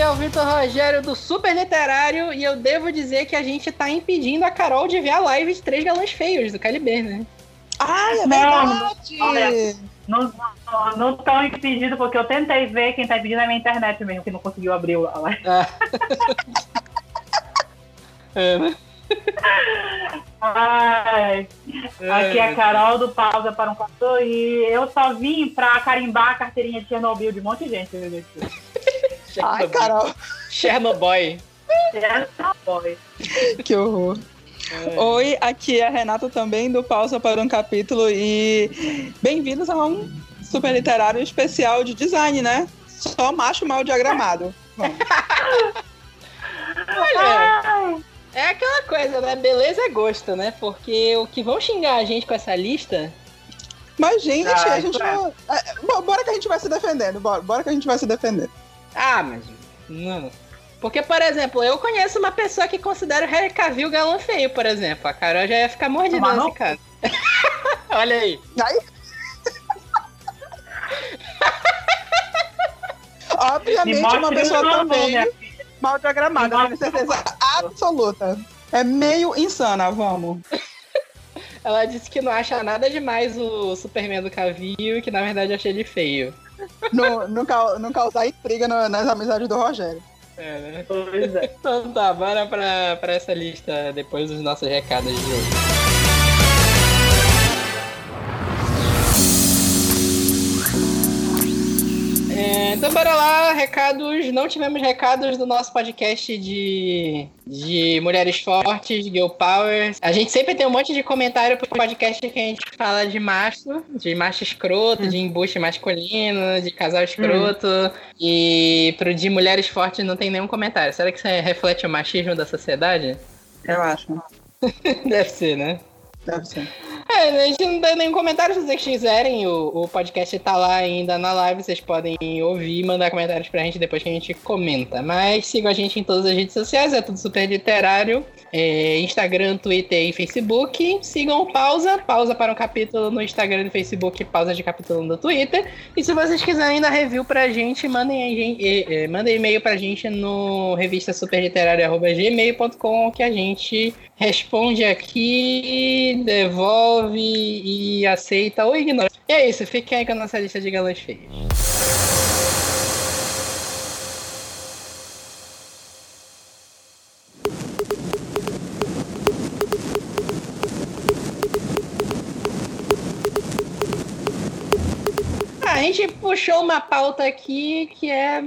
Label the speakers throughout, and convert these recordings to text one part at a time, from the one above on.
Speaker 1: é o Vitor Rogério do Super Literário e eu devo dizer que a gente tá impedindo a Carol de ver a live de Três Galãs Feios do KLB, né?
Speaker 2: Ah, é
Speaker 3: Não,
Speaker 2: verdade!
Speaker 3: olha. Não, não, não tão impedido, porque eu tentei ver quem tá impedindo é a minha internet mesmo, que não conseguiu abrir o- a live.
Speaker 1: É, né?
Speaker 3: Ai, aqui é a Carol do Pausa para um Pastor e eu só vim pra carimbar a carteirinha de Chernobyl de um monte de gente. meu Deus do céu.
Speaker 2: Ai, Carol,
Speaker 1: Chernobyl.
Speaker 3: é Chernobyl.
Speaker 2: que horror. Oi, aqui é a Renata também do Pausa para um Capítulo e bem-vindos a um super literário especial de design, né? Só macho mal diagramado. Ah.
Speaker 1: Olha,
Speaker 3: Ah,
Speaker 1: é aquela coisa, né? Beleza é gosto, né? Porque o que vão xingar a gente com essa lista.
Speaker 2: Mas, gente,
Speaker 3: Ah,
Speaker 2: a gente
Speaker 3: isso é.
Speaker 2: não... é, bo- Bora que a gente vai se defendendo, bora, bora que a gente vai se defender.
Speaker 1: Ah, mas. Não. Porque, por exemplo, eu conheço uma pessoa que considera o Harry Cavill galã feio, por exemplo. A Carol já ia ficar mordida
Speaker 3: Tomar
Speaker 1: nesse
Speaker 3: no
Speaker 1: caso. Olha aí.
Speaker 2: Aí...
Speaker 3: Me
Speaker 2: Obviamente, uma
Speaker 3: mostre
Speaker 2: pessoa
Speaker 3: o nome,
Speaker 2: também
Speaker 3: né?
Speaker 2: mal diagramada,
Speaker 3: Me
Speaker 2: eu tenho certeza absoluta. É meio insana, vamos.
Speaker 1: Ela disse que não acha nada demais o Superman do Cavill, que na verdade acha ele feio.
Speaker 2: Não, não, cau- não causar intriga no- nas amizades do Rogério.
Speaker 1: É, né?
Speaker 3: Pois é.
Speaker 1: Então tá, bora pra, pra essa lista depois dos nossos recados de hoje. É, então bora lá, recados. Não tivemos recados do nosso podcast de, de mulheres fortes, girl power. A gente sempre tem um monte de comentário pro podcast que a gente fala de macho, de macho escroto, de embuste masculino, de casal escroto. E pro de mulheres fortes não tem nenhum comentário. Será que isso é- reflete o machismo da sociedade?
Speaker 2: Eu acho.
Speaker 1: Deve ser, né?
Speaker 2: Deve ser.
Speaker 1: É, a gente não dá nenhum comentário se vocês quiserem. O, o podcast tá lá ainda na live, vocês podem ouvir e mandar comentários pra gente depois que a gente comenta. Mas sigam a gente em todas as redes sociais, é tudo super literário. É, Instagram, Twitter e Facebook. Sigam o pausa, pausa para um capítulo no Instagram e Facebook, pausa de capítulo no Twitter. E se vocês quiserem dar review pra gente, mandem, a gen- e- eh, mandem e-mail pra gente no revista superliterário.gmail.com que a gente responde aqui, devolve e aceita ou ignora. E é isso, fiquem aí com a nossa lista de galãs feios. Ah, A gente puxou uma pauta aqui que é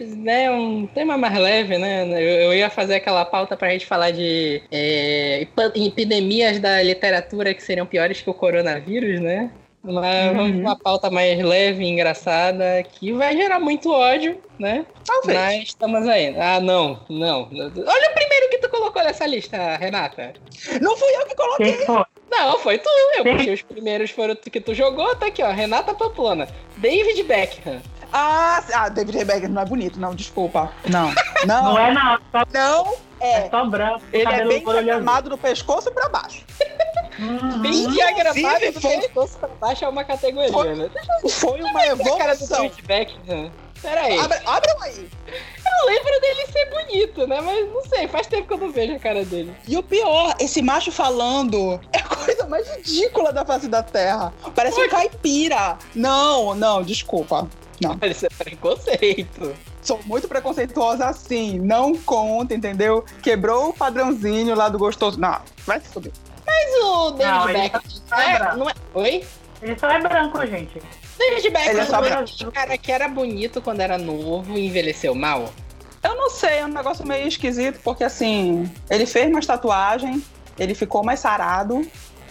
Speaker 1: né, um tema mais leve, né? Eu, eu ia fazer aquela pauta pra gente falar de é, epa- epidemias da literatura que seriam piores que o coronavírus, né? Mas
Speaker 3: Uhum.
Speaker 1: vamos pra uma pauta mais leve, engraçada, que vai gerar muito ódio, né?
Speaker 2: Talvez.
Speaker 1: Mas estamos aí. Ah, não, não. Olha o primeiro que tu colocou nessa lista, Renata.
Speaker 2: Não fui eu que coloquei.
Speaker 3: Quem foi?
Speaker 1: Não, foi tu, eu, porque os primeiros foram tu que tu jogou, tá aqui, ó. Renata Pamplona. David Beckham.
Speaker 2: Ah, c- ah, David Rebecker não é bonito, não, desculpa. Não. Não,
Speaker 3: Não é não, só,
Speaker 2: não
Speaker 3: é
Speaker 2: é.
Speaker 3: só branco.
Speaker 2: Ele é
Speaker 3: cabelo
Speaker 2: bem
Speaker 3: por olho azul.
Speaker 2: diagramado do pescoço pra baixo.
Speaker 3: Uhum.
Speaker 1: Bem diagramado do
Speaker 2: foi-
Speaker 1: pescoço pra baixo é uma categoria,
Speaker 2: Foi-
Speaker 1: né?
Speaker 2: Foi uma
Speaker 1: Olha a cara do é
Speaker 2: evolução. Ah,
Speaker 1: David Beckham. Pera aí.
Speaker 2: Abre- Abram aí.
Speaker 1: Eu lembro dele ser bonito, né? Mas não sei, faz tempo que eu não vejo a cara dele.
Speaker 2: E o pior, esse macho falando é a coisa mais ridícula da face da Terra. Parece um caipira. Não, não, desculpa.
Speaker 1: Olha, Isso é preconceito.
Speaker 2: Sou muito preconceituosa assim. Não conta, entendeu? Quebrou o padrãozinho lá do gostoso. Não, vai se fuder.
Speaker 1: Mas o
Speaker 3: Não,
Speaker 1: David
Speaker 3: ele
Speaker 1: Beckham.
Speaker 3: tá
Speaker 1: é-
Speaker 3: bravo.
Speaker 1: não é- Oi?
Speaker 3: Ele só é branco, gente.
Speaker 1: David
Speaker 2: Ele
Speaker 1: Beckham
Speaker 2: é só
Speaker 1: não é
Speaker 3: branco.
Speaker 1: aquele cara que era bonito quando era novo e envelheceu mal.
Speaker 2: Eu não sei, é um negócio meio esquisito, porque assim, ele fez mais tatuagem, ele ficou mais sarado,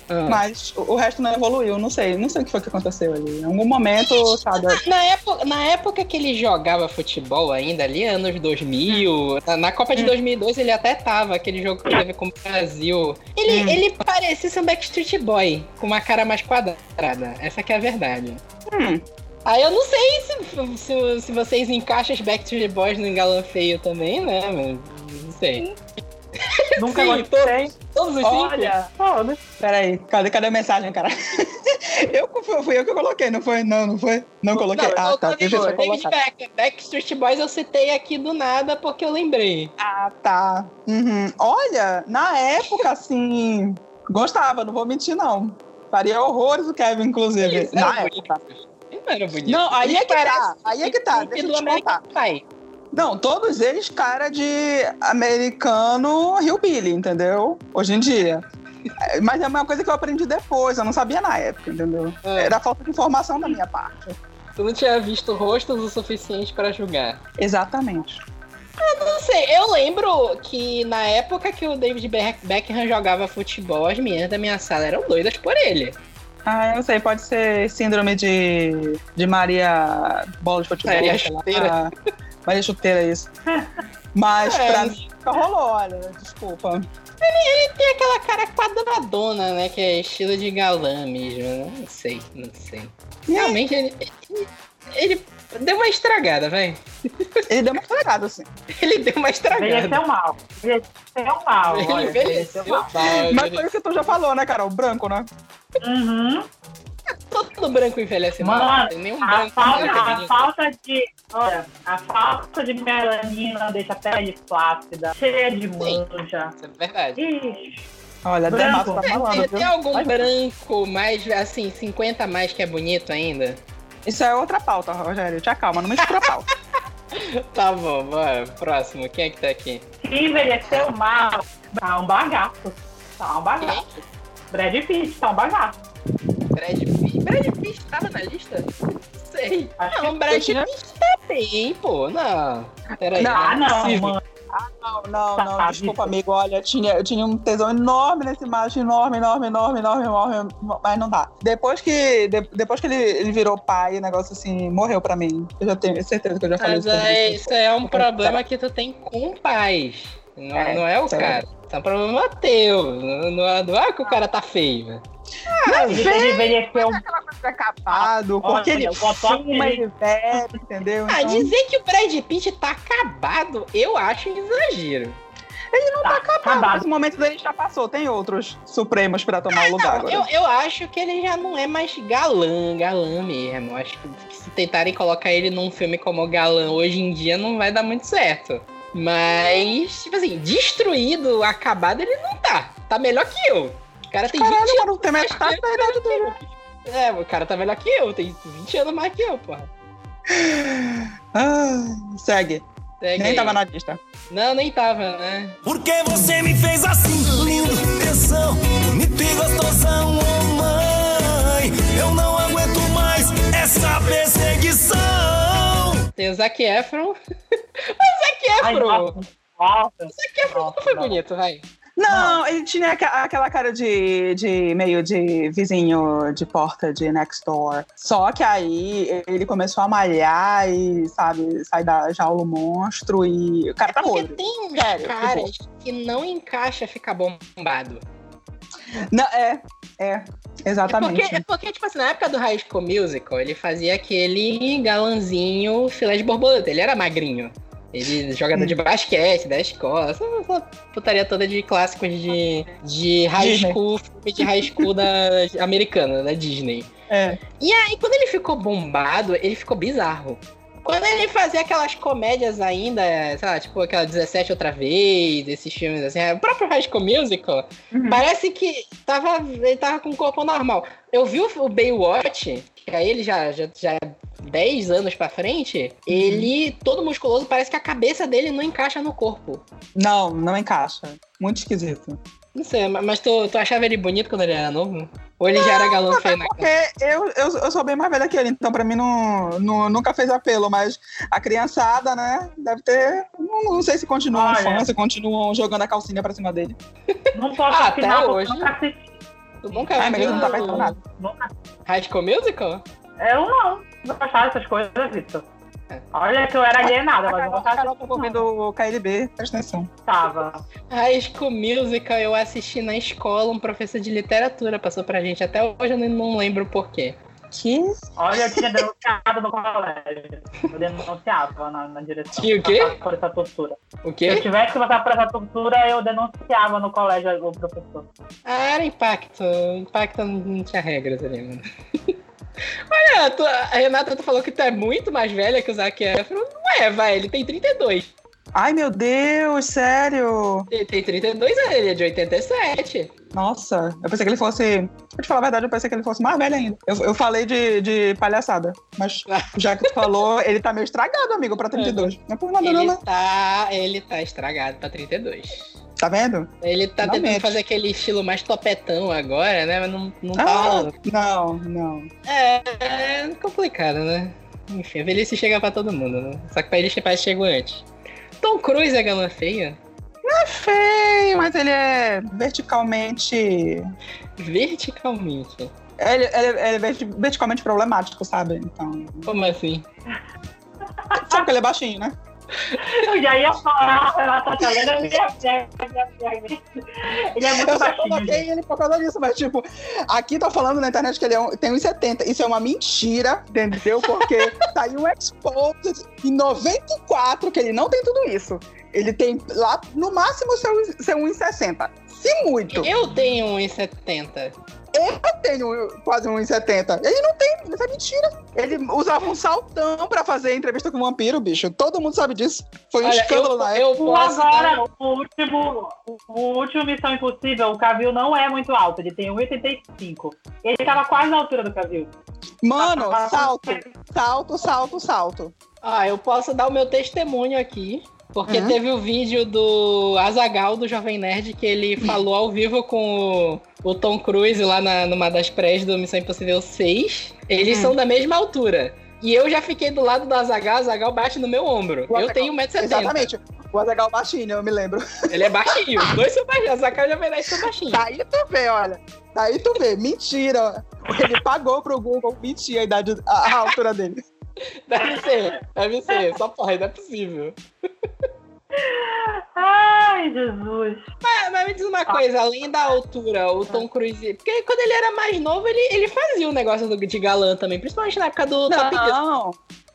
Speaker 1: Ah.
Speaker 2: mas o o resto não evoluiu, não sei, não sei o que foi que aconteceu ali. Em algum momento, sabe?
Speaker 1: Na época, na época que ele jogava futebol ainda, ali anos 2000, na, na
Speaker 2: É.
Speaker 1: Copa de 2002 ele até tava, aquele jogo que teve com o Brasil. Ele,
Speaker 2: Hum.
Speaker 1: ele parecia ser um Backstreet Boy, com uma cara mais quadrada, essa que é a verdade.
Speaker 2: Hum.
Speaker 1: Aí eu não sei se, se, se vocês encaixam os Backstreet Boys no Galã Feio também, né? Mas não sei.
Speaker 3: Nunca
Speaker 1: Sim,
Speaker 3: gostei.
Speaker 1: Todos os cinco?
Speaker 3: Olha, todos.
Speaker 2: Peraí, cadê, cadê a mensagem, cara? Eu fui eu que coloquei, não foi? Não, não foi? Não coloquei.
Speaker 1: Não, eu
Speaker 2: ah, tá.
Speaker 1: coloquei
Speaker 2: Deixa eu só
Speaker 1: David
Speaker 2: colocar.
Speaker 1: Beck- é Backstreet Boys eu citei aqui do nada porque eu lembrei.
Speaker 2: Ah, tá. Uhum. Olha, na época, assim, gostava, não vou mentir, não. Faria horrores o Kevin, inclusive.
Speaker 1: Eles
Speaker 2: na
Speaker 1: eram
Speaker 2: época.
Speaker 1: bonitos. Eles não eram bonitos.
Speaker 2: é. Não, aí é que tá. Aí é que tá.
Speaker 1: Eles
Speaker 2: Deixa eu
Speaker 1: do
Speaker 2: te contar.
Speaker 1: American Pie.
Speaker 2: Não, todos eles cara de americano hillbilly, entendeu? Hoje em dia. É, Mas é uma coisa que eu aprendi depois, eu não sabia na época, entendeu?
Speaker 1: É,
Speaker 2: Era falta de informação da minha parte.
Speaker 1: tu não tinha visto rostos o suficiente pra julgar.
Speaker 2: Exatamente.
Speaker 1: Não sei, eu lembro que na época que o David Beck- Beckham jogava futebol, as meninas da minha sala eram doidas por ele.
Speaker 2: Ah, eu não sei, pode ser síndrome de, de Maria Bola de Futebol.
Speaker 1: Maria
Speaker 2: sei lá. Ah,
Speaker 1: Chuteira.
Speaker 2: Maria Chuteira, isso. Mas
Speaker 1: É,
Speaker 2: pra mim nunca rolou, olha, desculpa.
Speaker 1: Tem aquela cara quadradona, né? Que é estilo de galã mesmo. né? Não sei, não sei. Realmente ele. ele- Ele deu uma estragada, velho.
Speaker 2: Ele deu uma estragada, assim.
Speaker 1: Ele deu uma estragada.
Speaker 3: Envelheceu mal. Envelheceu mal. olha,
Speaker 1: É Ele envelheceu.
Speaker 3: mal.
Speaker 2: Mas
Speaker 1: Mas
Speaker 2: foi o que tu já falou, né, Carol? Branco, né?
Speaker 3: Uhum.
Speaker 1: tá todo branco envelhece
Speaker 3: Mano,
Speaker 1: mal. Tem nenhum
Speaker 3: A
Speaker 1: branco.
Speaker 3: falta, é
Speaker 1: branco
Speaker 3: a
Speaker 1: bonito.
Speaker 3: falta de. Olha, a falta de melanina deixa a pele flácida, cheia de mancha.
Speaker 1: Isso é verdade.
Speaker 3: Ixi,
Speaker 2: Olha,
Speaker 3: Branco.
Speaker 2: Demato tá
Speaker 1: Tem,
Speaker 2: falando,
Speaker 1: tem
Speaker 2: viu?
Speaker 1: algum
Speaker 2: Ai,
Speaker 1: branco mais, assim, 50 a mais que é bonito ainda?
Speaker 2: Isso é outra pauta, Rogério. Te acalma, não mistura a pauta.
Speaker 1: Tá bom, bora. Próximo. Quem é que tá aqui?
Speaker 3: se envelheceu mal, tá um bagaço. Tá um bagaço. Brad Pitt, tá um bagaço.
Speaker 1: Brad Pitt. Brad Pitt tava na lista? Não sei.
Speaker 3: Acho
Speaker 1: Não, Brad
Speaker 2: tinha-
Speaker 1: Pitt tá bem, pô. Não. Peraí.
Speaker 2: Não,
Speaker 3: Ah, não,
Speaker 1: possível.
Speaker 3: mano.
Speaker 2: Não, não,
Speaker 3: Tá,
Speaker 2: não.
Speaker 3: tá,
Speaker 2: Desculpa,
Speaker 3: isso.
Speaker 2: amigo. Olha, eu tinha, eu tinha um tesão enorme nesse macho, enorme, enorme, enorme, enorme, enorme, mas não dá. Depois que, de- depois que ele, ele virou pai, o negócio assim, morreu pra mim. Eu já tenho certeza que eu já falei
Speaker 1: Mas é,
Speaker 2: isso.
Speaker 1: isso é um problema que tu tem com o pai. Não
Speaker 2: É,
Speaker 1: é, não é o
Speaker 2: isso é
Speaker 1: cara. Isso é um problema teu. Não, não é- não é que o cara tá feio. velho. É,
Speaker 3: Ele envelheceu
Speaker 2: aquela coisa acabado,
Speaker 3: Olha,
Speaker 2: porque ele
Speaker 3: o botox,
Speaker 2: fuma,
Speaker 3: ele-
Speaker 2: ele bebe, entendeu?
Speaker 1: Ah,
Speaker 2: Então,
Speaker 1: dizer que o Brad Pitt tá acabado, eu acho um exagero.
Speaker 2: tá
Speaker 1: tá
Speaker 2: acabado.
Speaker 3: tá acabado.
Speaker 2: Esse momento dele já passou. Tem outros supremos pra tomar o lugar agora.
Speaker 1: Eu, eu acho que ele já não é mais galã, galã mesmo. Acho que se tentarem colocar ele num filme como galã hoje em dia não vai dar muito certo. Mas, tipo assim, destruído, acabado, ele não tá. Tá melhor que eu. O cara tem 20
Speaker 2: Caralho,
Speaker 1: anos.
Speaker 2: mano, é tem metade da idade dele.
Speaker 1: É, o cara tá melhor que eu, tem 20 anos mais que eu, porra.
Speaker 2: Ah, segue.
Speaker 1: Segue
Speaker 2: Nem
Speaker 1: aí.
Speaker 2: tava na lista.
Speaker 1: Não, nem tava, né?
Speaker 4: Porque você me fez assim, lindo, tensão, bonito e gostosão, oh mãe. Eu não aguento mais essa perseguição.
Speaker 1: Tem o Zac Efron. o Zac
Speaker 3: Ai,
Speaker 1: Efron!
Speaker 3: nossa, nossa.
Speaker 1: O Zac Efron
Speaker 3: Nossa,
Speaker 1: não foi
Speaker 3: não.
Speaker 1: bonito, vai.
Speaker 2: Não, ele tinha aqua- aquela cara de, de meio de vizinho de porta de next door. Só que aí ele começou a malhar e, sabe, sai da jaula o monstro e o cara tá
Speaker 1: Porque
Speaker 2: podre.
Speaker 1: tem uns
Speaker 2: Sério,
Speaker 1: caras que não encaixa ficar bombado.
Speaker 2: Não, é, é, exatamente.
Speaker 1: É porque, é porque, tipo assim, na época do High School Musical, ele fazia aquele galanzinho filé de borboleta. Ele era magrinho. Ele jogador
Speaker 2: Hum.
Speaker 1: de basquete da escola, essa, essa putaria toda de clássicos de, de high
Speaker 2: Disney.
Speaker 1: school, filme de high school da americana, da Disney.
Speaker 2: É.
Speaker 1: Aí quando ele ficou bombado, ele ficou bizarro. Quando ele fazia aquelas comédias ainda, sei lá, tipo aquela 17 outra vez, esses filmes assim, o próprio High School Musical,
Speaker 2: Uhum.
Speaker 1: parece que tava, ele tava com o corpo normal. Eu vi o, o Baywatch, que aí ele já, já, já é 10 anos pra frente,
Speaker 2: Uhum.
Speaker 1: ele todo musculoso, parece que a cabeça dele não encaixa no corpo.
Speaker 2: Não, não encaixa. Muito esquisito.
Speaker 1: Não sei, ma- mas tu, tu achava ele bonito quando ele era novo? Ou ele já era galã feio na
Speaker 2: Porque eu, eu, eu sou bem mais velha que ele, então pra mim não, não- nunca fez apelo, mas a criançada, né, deve ter. Não, não sei se continuam
Speaker 3: Olha.
Speaker 2: fãs, se continuam jogando a calcinha pra cima dele.
Speaker 3: Não posso
Speaker 1: Ah, até
Speaker 3: assinar,
Speaker 1: hoje.
Speaker 3: nunca assisti.
Speaker 1: Tu nunca
Speaker 2: Ai, mas
Speaker 1: viu
Speaker 2: ele não tá apertando nada.
Speaker 3: Nunca
Speaker 1: High School Musical?
Speaker 3: Eu não. Não gostava dessas coisas, Vitor.
Speaker 1: É.
Speaker 3: Olha que eu era alienada, mas
Speaker 2: A
Speaker 3: não
Speaker 2: Carol, a
Speaker 3: gostava
Speaker 2: Carol
Speaker 3: dessas
Speaker 2: tá
Speaker 3: coisas.
Speaker 2: ouvindo o KLB, presta atenção.
Speaker 3: não. Tava.
Speaker 1: High School Musical eu assisti na escola, um professor de literatura passou pra gente. Até hoje eu não lembro o porquê.
Speaker 2: Que?
Speaker 3: Olha, eu tinha denunciado no colégio. Eu denunciava na, na direção.
Speaker 1: Tinha o quê?
Speaker 3: Por essa tortura.
Speaker 1: O
Speaker 3: Se eu
Speaker 1: quê?
Speaker 3: tivesse que passar por essa tortura, eu denunciava no colégio o professor.
Speaker 1: Ah, era impacto. Impacto não tinha regras ali, mano. Olha, tu- a Renata, tu falou que tu é muito mais velha que o Zac Efron. Não é, vai, ele tem 32.
Speaker 2: Ai, meu Deus, sério.
Speaker 1: Ele tem 32 anos, ele é de 87.
Speaker 2: Nossa, eu pensei que ele fosse. Pra te falar a verdade, eu pensei que ele fosse mais velho ainda. Eu, eu falei de, de palhaçada, mas já que tu falou, ele tá meio estragado, amigo, pra 32. Não é por nada, não,
Speaker 1: Ele
Speaker 2: né?
Speaker 1: tá, ele tá estragado pra 32.
Speaker 2: Tá vendo?
Speaker 1: Ele tá tentando
Speaker 2: Finalmente.
Speaker 1: fazer aquele estilo mais topetão agora, né? Mas não, não tá
Speaker 2: Ah,
Speaker 1: rolando.
Speaker 2: não, não.
Speaker 1: É, é complicado, né? Enfim, a velhice chega pra todo mundo, né? Só que pra ele parece que chegou antes. Tom Cruise é gama feia?
Speaker 2: É feio, mas ele é verticalmente. Ele,
Speaker 1: Verticalmente.
Speaker 2: ele- ele é verti- verticalmente problemático, sabe? Então.
Speaker 1: Como assim?
Speaker 2: Sabe que ele é baixinho, né?
Speaker 3: Eu já ia falar, ela tá falando, eu ia- eu ia- eu ia- Ele é muito
Speaker 2: Eu
Speaker 3: baixinho.
Speaker 2: só
Speaker 3: gente.
Speaker 2: coloquei ele por causa disso, mas tipo, aqui tá falando na internet que ele é um- tem 1,70. Isso é uma mentira, entendeu? Porque saiu um Exposed em 94 que ele não tem tudo isso. Ele tem lá no máximo seu, seu 1,60. Se muito,
Speaker 1: Eu tenho 1,70.
Speaker 2: eu tenho um, quase 1,70. Ele não tem, isso é mentira. Ele usava um saltão pra fazer entrevista com o vampiro, bicho. Todo mundo sabe disso. Foi um
Speaker 1: Olha,
Speaker 2: escândalo
Speaker 1: eu,
Speaker 2: na época.
Speaker 1: eu posso.
Speaker 3: Agora, o último, o último Missão Impossível, o Cavill não é muito alto, ele tem 1,85. Ele tava quase na altura do Cavill.
Speaker 2: Mano,
Speaker 3: Ah, ah,
Speaker 2: salto, salto, salto, salto.
Speaker 1: Ah, eu posso dar o meu testemunho aqui. Porque
Speaker 2: Hum.
Speaker 1: teve o vídeo do Azagal do Jovem Nerd que ele
Speaker 2: Hum.
Speaker 1: falou ao vivo com o, o Tom Cruise lá na, numa das prés do Missão Impossível 6. Eles
Speaker 2: Hum.
Speaker 1: são da mesma altura. E eu já fiquei do lado do Azagal, o Azagal bate no meu ombro.
Speaker 2: O
Speaker 1: eu
Speaker 2: Azaghal-
Speaker 1: tenho 1,70m.
Speaker 2: Exatamente. O Azagal baixinho, eu me lembro.
Speaker 1: Ele é baixinho. Os dois são baixinhos. Azagal e o Jovem Nerd são baixinhos.
Speaker 2: Daí tu vê, olha. Daí tu vê. Mentira. Ele pagou pro Google mentir a idade, a, a altura dele.
Speaker 1: Deve ser. Deve ser. Só porra, não é possível.
Speaker 3: Ai, Jesus.
Speaker 1: Ah, mas me diz uma coisa, além da altura, o Tom Cruise. Porque quando ele era mais novo, ele, ele fazia o negócio do- de galã também, principalmente na época do Top Gun.
Speaker 2: Não.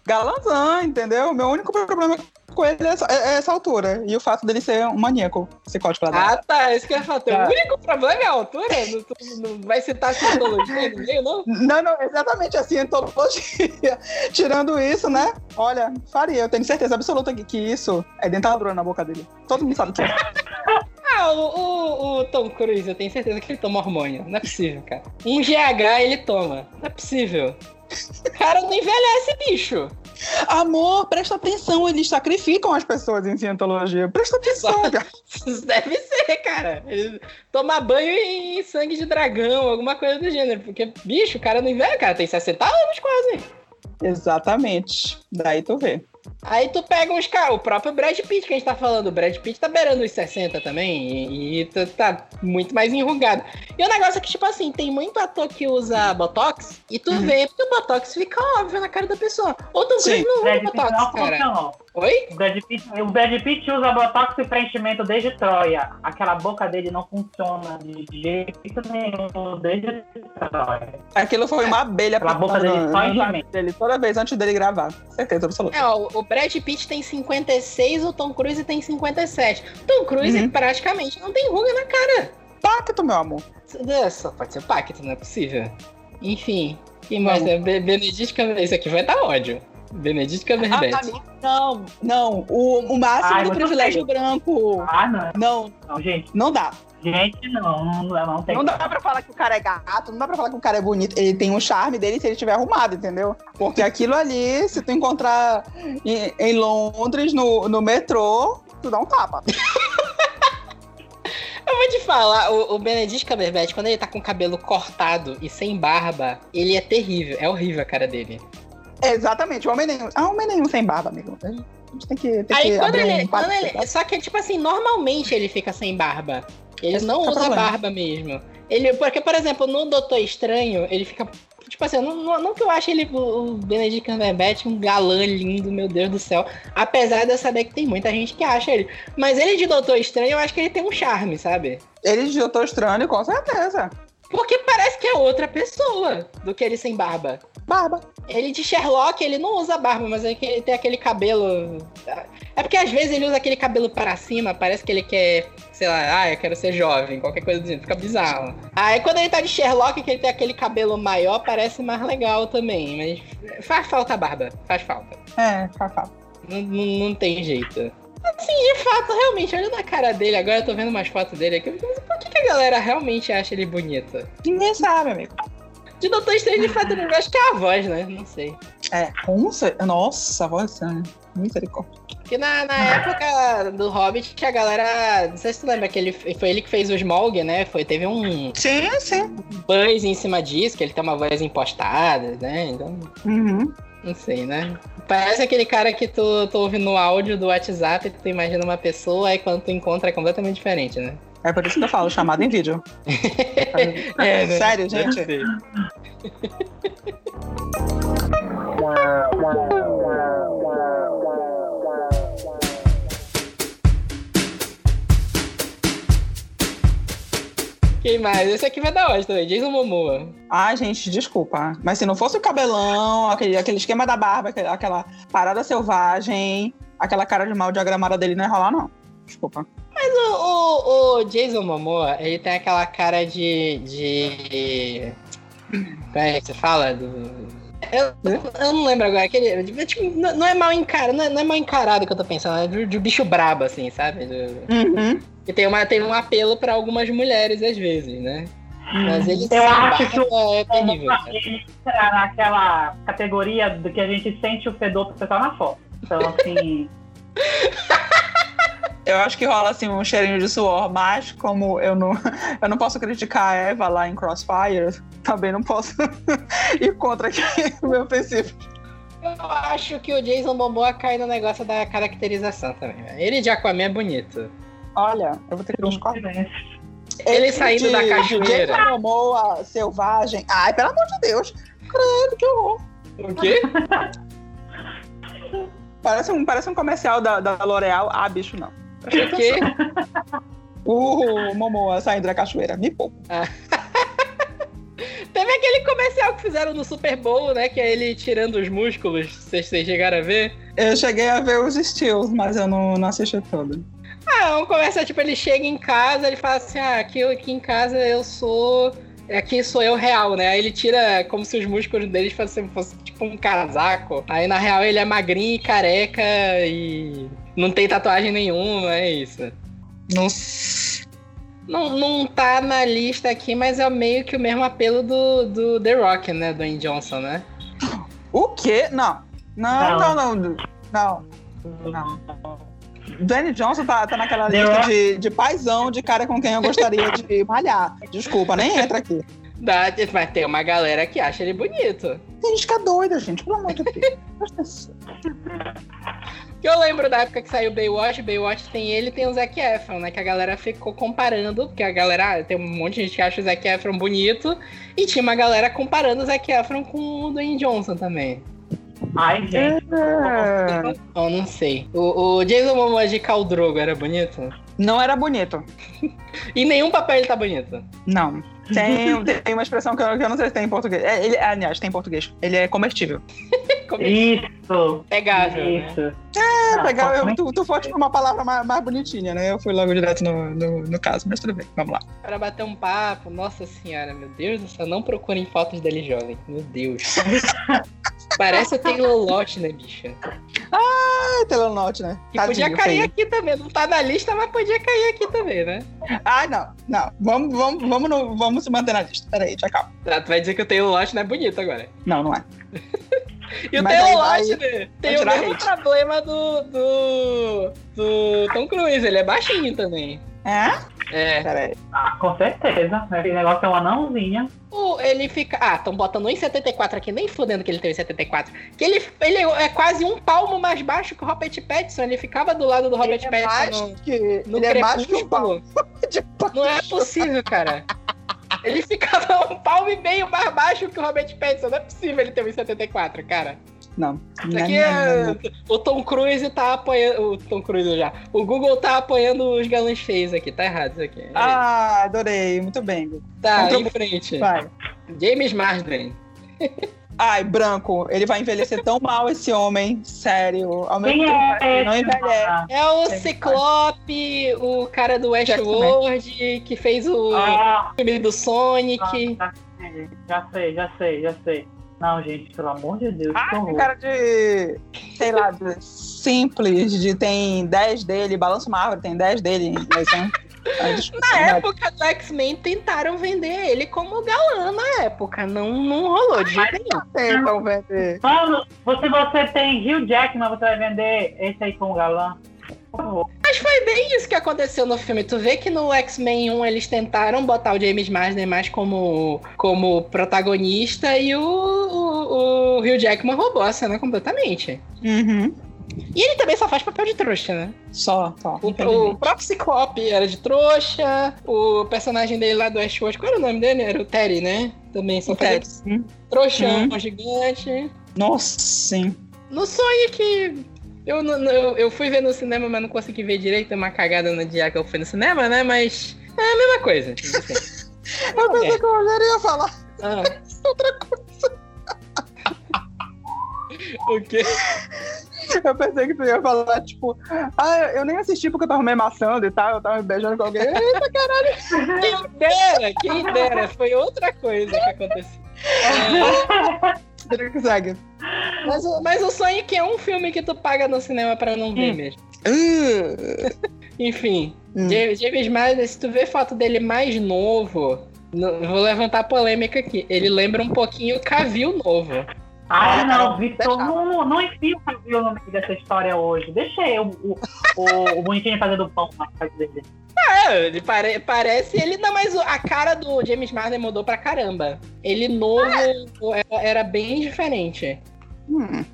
Speaker 2: Galanzão, entendeu? Meu único problema com ele é essa, é essa altura. E o fato dele ser um maníaco psicótico lá dentro.
Speaker 1: Ah, tá. Isso que eu ia falar. Teu
Speaker 2: Tá.
Speaker 1: único problema é a altura? Não, tu não vai citar a cientologia no meio, não?
Speaker 2: Não, não, exatamente assim, entologia. Tirando isso, né? Olha, faria. Eu tenho certeza absoluta que, que isso é dentadura na boca dele. Todo mundo sabe que é.
Speaker 1: Ah, o, o- o Tom Cruise, eu tenho certeza que ele toma hormônio. Não é possível, cara. Um GH ele toma. Não é possível. O cara não envelhece, bicho.
Speaker 2: Amor, presta atenção, eles sacrificam as pessoas em cientologia. Presta atenção, cara.
Speaker 1: Isso deve ser, cara. Ele Tomar banho em sangue de dragão, alguma coisa do gênero. Porque, bicho, o cara não envelhece, cara. Tem 60 anos quase.
Speaker 2: Exatamente. Daí tu vê.
Speaker 1: Aí tu pega uns caras, o próprio Brad Pitt que a gente tá falando. O Brad Pitt tá beirando os 60 também e, e tá, tá muito mais enrugado. E o negócio é que, tipo assim, tem muito ator que usa Botox e tu
Speaker 2: Uhum.
Speaker 1: vê que o Botox fica óbvio na cara da pessoa. Ou tu
Speaker 2: Sim.
Speaker 1: não
Speaker 3: O
Speaker 1: usa
Speaker 3: Brad Pitt é
Speaker 1: Botox,
Speaker 3: não
Speaker 1: cara.
Speaker 3: funcionou.
Speaker 1: Oi?
Speaker 3: O Brad, Pitt, o Brad Pitt usa botox e preenchimento desde Troia. Aquela boca dele não funciona de jeito nenhum desde Troia.
Speaker 2: Aquilo foi uma abelha
Speaker 3: Aquela boca
Speaker 2: picando
Speaker 3: dele só
Speaker 2: na- na-
Speaker 3: enchimento.
Speaker 2: dele toda vez antes dele gravar. Certeza absoluta.
Speaker 1: É, ó, o Brad Pitt tem 56, o Tom Cruise tem 57. Tom Cruise
Speaker 2: Uhum.
Speaker 1: praticamente não tem ruga na
Speaker 2: Pacto, meu amor.
Speaker 1: cara. Só pode ser pacto, não é possível. Enfim, quem
Speaker 2: Não.
Speaker 1: mais? né? Be Benedict Cumberbatch. Isso aqui vai dar ódio. Benedict
Speaker 2: Ah,
Speaker 1: Cumberbatch.
Speaker 2: não, não. O, o máximo
Speaker 3: Ai,
Speaker 2: do
Speaker 3: mas
Speaker 2: privilégio
Speaker 3: eu
Speaker 2: branco.
Speaker 3: Ah, não.
Speaker 2: Não,
Speaker 3: não, gente.
Speaker 2: não dá.
Speaker 3: Gente, não. Não, não tem.
Speaker 2: Não dá pra falar que o cara é gato, não dá pra falar que o cara é bonito. Ele tem o charme dele se ele estiver arrumado, entendeu? Porque aquilo ali, se tu encontrar em, em Londres, no, no metrô, tu dá um tapa.
Speaker 1: Eu vou te falar, o, o Benedict Cumberbatch, quando ele tá com o cabelo cortado e sem barba, ele é terrível. É horrível a cara dele.
Speaker 2: Exatamente, homem nenhum. Ah, homem nenhum sem barba, amigo. A gente tem que, tem
Speaker 1: Aí
Speaker 2: que
Speaker 1: quando
Speaker 2: abrir
Speaker 1: ele,
Speaker 2: um
Speaker 1: quando
Speaker 2: parênteses.
Speaker 1: ele. Só que, tipo assim, normalmente ele fica sem barba. Ele
Speaker 2: Esse
Speaker 1: não
Speaker 2: que é o
Speaker 1: usa
Speaker 2: problema.
Speaker 1: barba mesmo. Ele, porque, por exemplo, no Doutor Estranho, ele fica. Tipo assim, eu não, não, não que eu ache ele, o o Benedict Cumberbatch, um galã lindo, meu Deus do céu. Apesar de eu saber que tem muita gente que acha ele. Mas ele de Doutor Estranho, eu acho que ele tem um charme, sabe?
Speaker 2: Ele de Doutor Estranho, com certeza.
Speaker 1: Porque parece que é outra pessoa do que ele sem barba. Barba. Ele de Sherlock, ele não usa barba, mas é que ele tem aquele cabelo. É porque às vezes ele usa aquele cabelo para cima, parece que ele quer, sei lá, ah, eu quero ser jovem, qualquer coisa do tipo, fica bizarro. Aí quando ele tá de Sherlock, que ele tem aquele cabelo maior, parece mais legal também, mas faz falta a barba, faz falta.
Speaker 2: É, faz falta.
Speaker 1: Não, não, não tem jeito. Assim, de fato, realmente, olhando a cara dele, agora eu tô vendo umas fotos dele aqui, mas por que, que a galera realmente acha ele bonito?
Speaker 2: Ninguém sabe, amigo.
Speaker 1: De Doutor Estranho, de fato, eu acho que é a voz, né? Não sei.
Speaker 2: É, com certeza. Nossa, a voz, né? misericórdia.
Speaker 1: Porque na, na época do Hobbit, a galera. Não sei se tu lembra que ele, foi ele que fez o Smaug, né? Foi, teve um
Speaker 2: Sim, sim.
Speaker 1: buzz em cima disso, que ele tem uma voz impostada, né? Então.
Speaker 2: Uhum.
Speaker 1: Não sei, né? Parece aquele cara que tu, tu ouve no áudio do WhatsApp, tu imagina uma pessoa, aí quando tu encontra é completamente diferente, né?
Speaker 2: É por isso que eu falo, chamada em vídeo.
Speaker 1: É, né?
Speaker 2: Sério, gente?
Speaker 1: Quem mais? Esse aqui vai dar hoje também, Jason Momoa.
Speaker 2: Ai, gente, desculpa. Mas se não fosse o cabelão, aquele, aquele esquema da barba, aquela- aquela parada selvagem, aquela cara de mal diagramada dele não ia rolar, não. Desculpa.
Speaker 1: Mas o, o- o Jason Momoa, ele tem aquela cara de. de. Como é que você fala? Do- Eu, eu não lembro agora. Aquele, tipo, não não é mal encarado, não é, não é mal encarado que eu tô pensando, é de, de bicho brabo, assim, sabe? Do-
Speaker 2: Uhum.
Speaker 1: que tem, uma, tem um apelo pra algumas mulheres às vezes, né? Mas ele
Speaker 3: Eu
Speaker 1: sem
Speaker 3: acho que
Speaker 1: barba é terrível. cara.
Speaker 3: Ele entra naquela categoria do que a gente sente o fedor pra pessoal na foto. Então, assim.
Speaker 2: Eu acho que rola assim um cheirinho de suor, mas como eu não, eu não posso criticar a Eva lá em Crossfire, também não posso ir contra aqui o meu princípio.
Speaker 1: Eu acho que o Jason Momoa cai no negócio da caracterização também. né? Ele de Aquaman é bonito.
Speaker 2: Olha, eu vou ter que dar uns cortes.
Speaker 1: Ele saindo da cachoeira.
Speaker 2: Jason Momoa, selvagem. Ai, pelo amor de Deus. Credo, que horror.
Speaker 1: O quê?
Speaker 2: Parece um, parece um comercial da, da L'Oreal. Ah, bicho, não.
Speaker 1: O quê?
Speaker 2: Uh, Momoa saindo da cachoeira. Me poupa.
Speaker 1: Teve aquele comercial que fizeram no Super Bowl, né? Que é ele tirando os músculos. Vocês vocês chegaram a ver?
Speaker 2: Eu cheguei a ver os estilos, mas eu não, não assisti todo.
Speaker 1: Ah, um comercial, tipo, ele chega em casa, ele fala assim: ah, aqui, eu- aqui em casa eu sou. Aqui sou eu real, né? Aí ele tira como se os músculos dele fossem fosse, tipo um casaco. Aí na real ele é magrinho e careca e não tem tatuagem nenhuma, é isso.
Speaker 2: Nossa.
Speaker 1: Não, não tá na lista aqui, mas é meio que o mesmo apelo do, do The Rock, né? Do Dwayne Johnson, né?
Speaker 2: O quê? Não. Não, não,
Speaker 3: Não.
Speaker 2: não. Não. Não. Dwayne Johnson tá, tá naquela
Speaker 3: The
Speaker 2: lista
Speaker 3: Rock.
Speaker 2: de, de paizão, de cara com quem eu gostaria de malhar. Desculpa, nem entra aqui.
Speaker 1: Dá, mas tem uma galera que acha ele bonito.
Speaker 2: Tem gente que é doida, gente. Pelo amor de Deus. Presta atenção.
Speaker 1: Que eu lembro da época que saiu Baywatch, Baywatch tem ele e tem o Zac Efron, né? Que a galera ficou comparando, porque a galera, tem um monte de gente que acha o Zac Efron bonito, e tinha uma galera comparando o Zac Efron com o Dwayne Johnson também.
Speaker 3: Ai,
Speaker 2: É.
Speaker 3: gente.
Speaker 1: Eu não sei. O, o Jason Momoa de Khal Drogo era bonito?
Speaker 2: Não era bonito.
Speaker 1: Em nenhum papel ele tá bonito.
Speaker 2: Não. Tem, tem uma expressão que eu, que eu não sei se tem em português. É, ele, aliás, tem em português. Ele é convertível.
Speaker 1: Como ele
Speaker 3: Isso.
Speaker 1: é pegável, né?
Speaker 3: Isso.
Speaker 2: É,
Speaker 3: Ah,
Speaker 2: pegar, eu,
Speaker 3: como é
Speaker 2: tu, tu foste pra uma palavra mais, mais bonitinha, né? Eu fui logo direto no, no, no caso, mas tudo bem. Vamos lá.
Speaker 1: Pra bater um papo, nossa senhora, meu Deus do céu, não procurem fotos dele jovem. Meu Deus. Parece o Taylor Lott, né, bicha?
Speaker 2: É Telonote, né?
Speaker 1: Que
Speaker 2: Tadinho,
Speaker 1: podia cair
Speaker 2: feio.
Speaker 1: aqui também. Não tá na lista, mas podia cair aqui também, né?
Speaker 2: Ah, não, não. Vamos, vamos, vamos, no- vamos se manter na lista. Peraí, já calma.
Speaker 1: Tá, tu vai dizer que o Taylor Lautner é bonito agora.
Speaker 2: Não, não é.
Speaker 1: E o
Speaker 2: Mas
Speaker 1: Taylor
Speaker 2: aí vai-
Speaker 1: Lautner tem o
Speaker 2: tirar
Speaker 1: mesmo
Speaker 2: hate.
Speaker 1: problema do, do, do Tom Cruise. Ele é baixinho também.
Speaker 2: É?
Speaker 1: É.
Speaker 2: Peraí.
Speaker 3: Ah, com certeza. Esse negócio é uma anãozinha.
Speaker 1: O, ele fica... Ah, tão botando 1,74 aqui. Nem fodendo que ele tem 1,74. Que ele, ele é quase um palmo mais baixo que o Robert Pattinson. Ele ficava do lado do Robert
Speaker 2: Ele é mais
Speaker 1: Pattinson
Speaker 2: que,
Speaker 1: no, no
Speaker 2: ele é mais que um pau
Speaker 1: Crepúsculo.
Speaker 2: de pau.
Speaker 1: Não é possível, cara. Ele um ficava um palmo e meio mais baixo que o Robert Pattinson. Não é possível ele ter 1,74, cara.
Speaker 2: Não.
Speaker 1: Isso
Speaker 2: Não,
Speaker 1: aqui
Speaker 2: não, não,
Speaker 1: é. O Tom Cruise tá apoiando. O Tom Cruise já. O Google tá apoiando os galãs feios aqui. Tá errado isso aqui.
Speaker 2: não. Ah, adorei. Muito bem. Gugu.
Speaker 1: tá,
Speaker 2: contra-
Speaker 1: em frente.
Speaker 2: Vai.
Speaker 1: James Marsden.
Speaker 2: Ai, branco. Ele vai envelhecer tão mal, esse homem. Sério. Ao meu
Speaker 3: Quem é
Speaker 2: não
Speaker 3: esse?
Speaker 2: envelhece.
Speaker 3: mano?
Speaker 1: É o
Speaker 2: James
Speaker 1: Ciclope, o cara do
Speaker 2: Jackson
Speaker 1: Westworld, que fez o
Speaker 3: Ah,
Speaker 1: filme do Sonic.
Speaker 3: já sei, já sei, já sei, já sei. Não, gente, pelo amor de Deus, que
Speaker 2: Ah,
Speaker 3: horror.
Speaker 2: tem cara de. Sei lá, de simples, de tem 10 dele, balança uma árvore, tem 10 dele. Mas, né? Ai, desculpa,
Speaker 1: Na
Speaker 2: mas-
Speaker 1: época do X-Men tentaram vender ele como galã na época. Não, não rolou de jeito nenhum.
Speaker 2: Tentam vender.
Speaker 3: Mano, você, você tem Hugh Jackman, você vai vender esse aí com o galã? Por favor.
Speaker 1: Foi bem isso que aconteceu no filme. Tu vê que no X-Men 1 eles tentaram botar o James Marsden mais como, como protagonista e o, o, o Hugh Jackman roubou a cena completamente.
Speaker 2: Uhum.
Speaker 1: E ele também só faz papel de trouxa, né?
Speaker 2: Só, só.
Speaker 1: O, o próprio Ciclope era de trouxa, o personagem dele lá do Westworld, qual era o nome dele? Era o Terry, né? Também só fazia
Speaker 2: Infelizmente. Hum.
Speaker 1: trouxão,
Speaker 2: Uhum.
Speaker 1: gigante.
Speaker 2: Nossa, sim.
Speaker 1: No Sonic, eu, não- não- eu, eu fui ver no cinema, mas não consegui ver direito. É uma cagada no dia que eu fui no cinema, né? Mas é a mesma coisa. Enfim.
Speaker 2: Eu pensei que o Rogério ia falar.
Speaker 1: Ah. o quê?
Speaker 2: Eu pensei que tu ia falar, tipo, ah, eu eu nem assisti porque eu tava me amassando e tal, eu tava me beijando com alguém.
Speaker 1: Quem dera, quem dera. Foi outra coisa que aconteceu. É,
Speaker 2: Segue, Segue.
Speaker 1: mas, o- mas o Sonic é um filme que tu paga no cinema pra não ver mesmo.
Speaker 2: Uh,
Speaker 1: Enfim,
Speaker 2: Hum.
Speaker 1: James, James Marsden, se tu vê foto dele mais novo, no- vou levantar a polêmica aqui. Ele lembra um pouquinho o Cavil novo.
Speaker 3: Ah,
Speaker 2: Ah,
Speaker 3: não,
Speaker 2: Carol,
Speaker 3: Vitor,
Speaker 2: deixa.
Speaker 3: não, não enfia o Brasil no meio dessa história hoje. Deixei o, o, o, o bonitinho fazendo pão na casa dele.
Speaker 1: É, ele pare- parece ele, não, mas o- a cara do James Marsden mudou pra caramba. Ele novo era, era bem diferente.
Speaker 2: hum.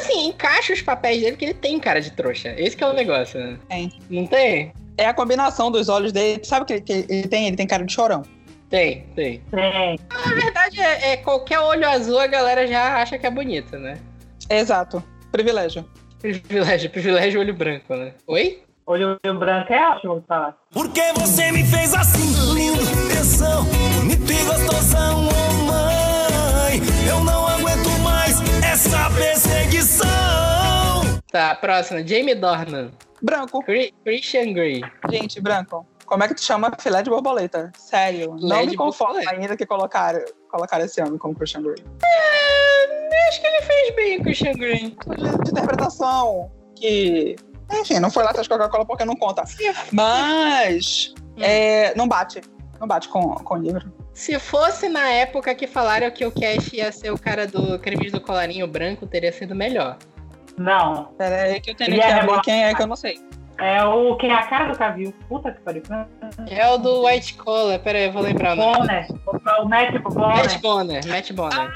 Speaker 1: Assim, encaixa os papéis dele, porque ele tem cara de trouxa. Esse que é o negócio, né?
Speaker 2: Tem.
Speaker 1: Não tem?
Speaker 2: É a combinação dos olhos dele. Sabe o que, que ele tem? Ele tem cara de chorão.
Speaker 1: Tem, tem.
Speaker 3: Tem.
Speaker 1: Na verdade, é, é qualquer olho azul a galera já acha que é bonita, né?
Speaker 2: Exato. Privilégio.
Speaker 1: Privilégio, privilégio olho branco, né? Oi?
Speaker 3: Olho branco é ótimo de falar.
Speaker 4: Porque você me fez assim, lindo, tensão, bonito e gostosão, oh mãe. Eu não aguento mais essa perseguição.
Speaker 1: Tá, próxima. Jamie Dornan.
Speaker 2: Branco.
Speaker 1: Cri- Christian Grey.
Speaker 2: Gente, branco. Como é que tu chama filé de borboleta? Sério.
Speaker 1: Filé
Speaker 2: não
Speaker 1: de
Speaker 2: me conformo
Speaker 1: borboleta.
Speaker 2: ainda que colocaram, colocaram esse homem como Christian Grey.
Speaker 1: Eu acho que ele fez bem o Christian Grey.
Speaker 2: De, de interpretação. Que. Enfim, não foi lá atrás de Coca-Cola porque não conta. Mas. é, não bate. Não bate com, com o livro.
Speaker 1: Se fosse na época que falaram que o Cash ia ser o cara do Crimes do Colarinho Branco, teria sido melhor.
Speaker 3: Não,
Speaker 2: Pera aí que eu tenho
Speaker 3: E
Speaker 2: que
Speaker 3: é
Speaker 2: abrir
Speaker 3: bom.
Speaker 2: quem é que eu não sei.
Speaker 3: é o que é a cara do Cavil. Puta que pariu. né?
Speaker 1: É o do White Collar. Pera aí, eu vou lembrar o nome.
Speaker 3: Bonner. O Matt
Speaker 1: Matt
Speaker 3: Bonner.
Speaker 1: Bonner. Matt Bonner.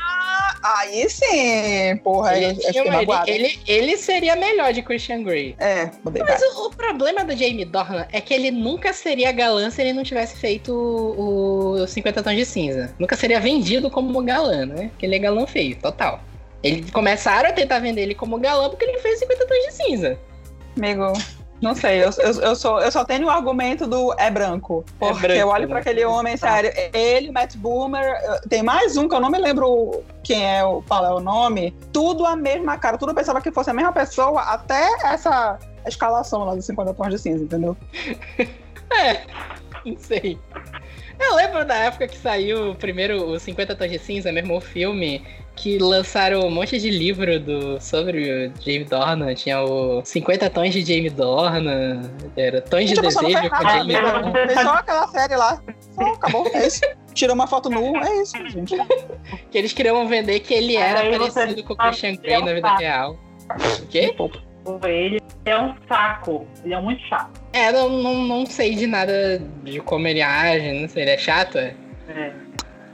Speaker 2: Aí sim, porra.
Speaker 1: ele,
Speaker 2: eu- eu fiquei
Speaker 1: tinha- ele-
Speaker 2: magoada.
Speaker 1: ele- ele seria melhor de Christian Grey.
Speaker 2: É, mudei.
Speaker 1: Mas o, o problema do Jamie Dornan é que ele nunca seria galã se ele não tivesse feito o, o 50 Tons de Cinza. Nunca seria vendido como galã, né? Porque ele é galã feio, total. Eles começaram a tentar vender ele como galã porque ele fez 50 Tons de Cinza.
Speaker 2: Amigo, não sei, eu, eu, eu sou, eu só tenho o argumento do é branco.
Speaker 1: É
Speaker 2: Porque
Speaker 1: branco,
Speaker 2: eu olho
Speaker 1: né?
Speaker 2: pra aquele homem, sério, ele, Matt Boomer, eu- tem mais um que eu não me lembro quem é, o- qual é o nome. Tudo a mesma cara, tudo eu pensava que fosse a mesma pessoa, até essa escalação lá dos 50 tons de cinza, entendeu?
Speaker 1: É, não sei. Eu lembro da época que saiu o primeiro o 50 Tons de Cinza, mesmo o filme, que lançaram um monte de livro do, sobre o Jamie Dornan. Tinha o 50 Tons de Jamie Dornan, era Tons de
Speaker 3: Então,
Speaker 2: Gente, a pessoa não
Speaker 1: Desejo
Speaker 3: tá
Speaker 2: faz
Speaker 1: com
Speaker 2: nada,
Speaker 1: Jamie
Speaker 3: Jamie
Speaker 2: amigo.
Speaker 3: Dornan.
Speaker 2: Fez só aquela série lá. Só, acabou, é isso. Tirou uma foto nua, é isso, gente.
Speaker 1: Que eles queriam vender que ele era
Speaker 3: Aí você
Speaker 1: parecido com o
Speaker 3: tá
Speaker 1: Christian Grey na vida
Speaker 3: preocupado.
Speaker 1: real. O quê?
Speaker 3: Ele é um saco. Ele é muito chato.
Speaker 1: É, não, não, não sei de nada de como ele age, não sei, ele é chato? é?
Speaker 3: É.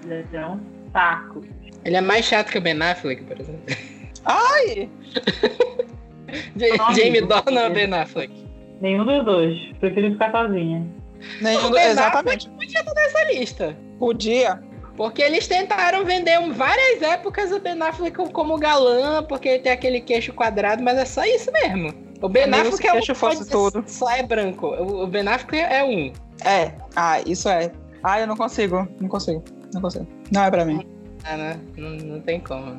Speaker 3: Ele é um saco.
Speaker 1: Ele é mais chato que o Ben Affleck, por exemplo.
Speaker 2: Ai,
Speaker 1: Ja-
Speaker 3: Ai,
Speaker 1: Jamie
Speaker 3: meu
Speaker 1: Dornan ou
Speaker 3: Deus.
Speaker 1: Ben Affleck?
Speaker 3: Nenhum dos dois. Prefiro ficar sozinha.
Speaker 2: nenhum do-
Speaker 1: Ben Affleck
Speaker 2: exatamente.
Speaker 1: Essa lista.
Speaker 2: um Podia.
Speaker 1: Porque eles tentaram vender um- várias épocas o Ben Affleck como galã, porque ele tem aquele queixo quadrado, mas é só isso mesmo. O Ben
Speaker 2: Amigo,
Speaker 1: Affleck
Speaker 2: se
Speaker 1: é um.
Speaker 2: queixo
Speaker 1: que
Speaker 2: fosse
Speaker 1: pode dizer
Speaker 2: tudo.
Speaker 1: Só é branco. O o Ben Affleck é um.
Speaker 2: É, ah, isso é. Ah, eu não consigo, não consigo, não consigo. Não é pra mim.
Speaker 1: Ah, né? Não, não tem como.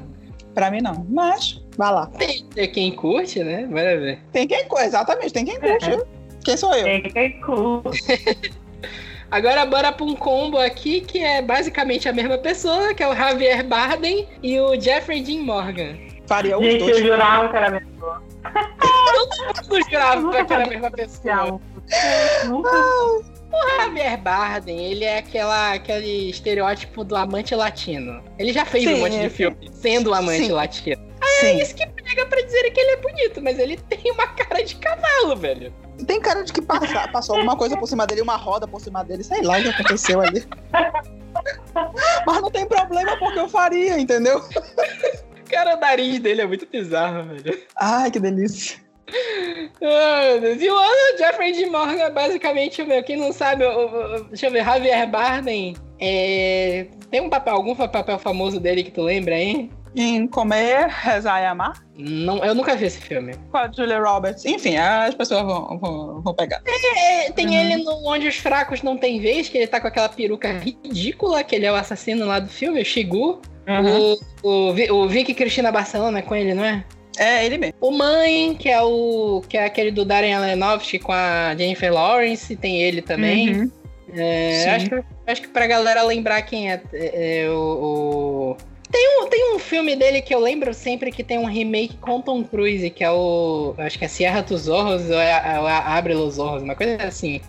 Speaker 2: Pra mim não. Mas, vai lá.
Speaker 1: Tem tem quem curte, né? Bora ver.
Speaker 2: Tem quem curte, exatamente, tem quem curte.
Speaker 3: É.
Speaker 2: Quem sou eu?
Speaker 3: Tem que ter cu.
Speaker 1: Agora bora pra um combo aqui que é basicamente a mesma pessoa, que é o Javier Bardem e o Jeffrey Dean Morgan.
Speaker 2: Faria É, os
Speaker 3: Gente, eu
Speaker 2: dois.
Speaker 3: jurava que era mesmo.
Speaker 1: Tudo jurava que era a mesma pessoa.
Speaker 3: Nunca
Speaker 1: O Javier Bardem, ele é aquela, aquele estereótipo do amante latino. Ele já fez um
Speaker 2: Sim,
Speaker 1: monte
Speaker 2: é.
Speaker 1: de filme sendo um amante
Speaker 2: Sim.
Speaker 1: latino. É
Speaker 2: Sim.
Speaker 1: isso que pega pra dizer que ele é bonito, mas ele tem uma cara de cavalo, velho.
Speaker 2: Tem cara de que passa- passou alguma coisa por cima dele, uma roda por cima dele, sei lá o que aconteceu ali. Mas não tem problema porque eu faria, entendeu?
Speaker 1: Cara, o nariz dele é muito bizarro, velho.
Speaker 2: Ai, que delícia.
Speaker 1: Ah, meu Deus. E o outro, Jeffrey Dean Morgan é basicamente o meu. Quem não sabe, o- o- o- deixa eu ver, Javier Bardem. é, Tem um papel, algum papel famoso dele que tu lembra, hein?
Speaker 2: Em comer, rezar e amar.
Speaker 1: Não, eu nunca vi esse filme.
Speaker 2: Com a Julia Roberts. Enfim, as pessoas vão, vão, vão pegar.
Speaker 1: É, tem
Speaker 2: Uhum.
Speaker 1: ele no Onde os Fracos Não Tem Vez, que ele tá com aquela peruca ridícula, que ele é o assassino lá do filme, o Shigu.
Speaker 2: Uhum.
Speaker 1: O, o, Vi- o Vicky Cristina Barcelona é com ele, não é?
Speaker 2: É ele mesmo.
Speaker 1: O Mãe, que é o que é aquele do Darren Aronofsky com a Jennifer Lawrence, tem ele também.
Speaker 2: Uhum.
Speaker 1: É,
Speaker 2: Sim.
Speaker 1: acho, que, acho que pra galera lembrar quem é, é, é, o. o- Tem, um, tem um filme dele que eu lembro sempre que tem um remake com Tom Cruise, que é o. Acho que é Sierra dos Zorros ou é, a- ou é a Abre los Zorros, uma coisa assim.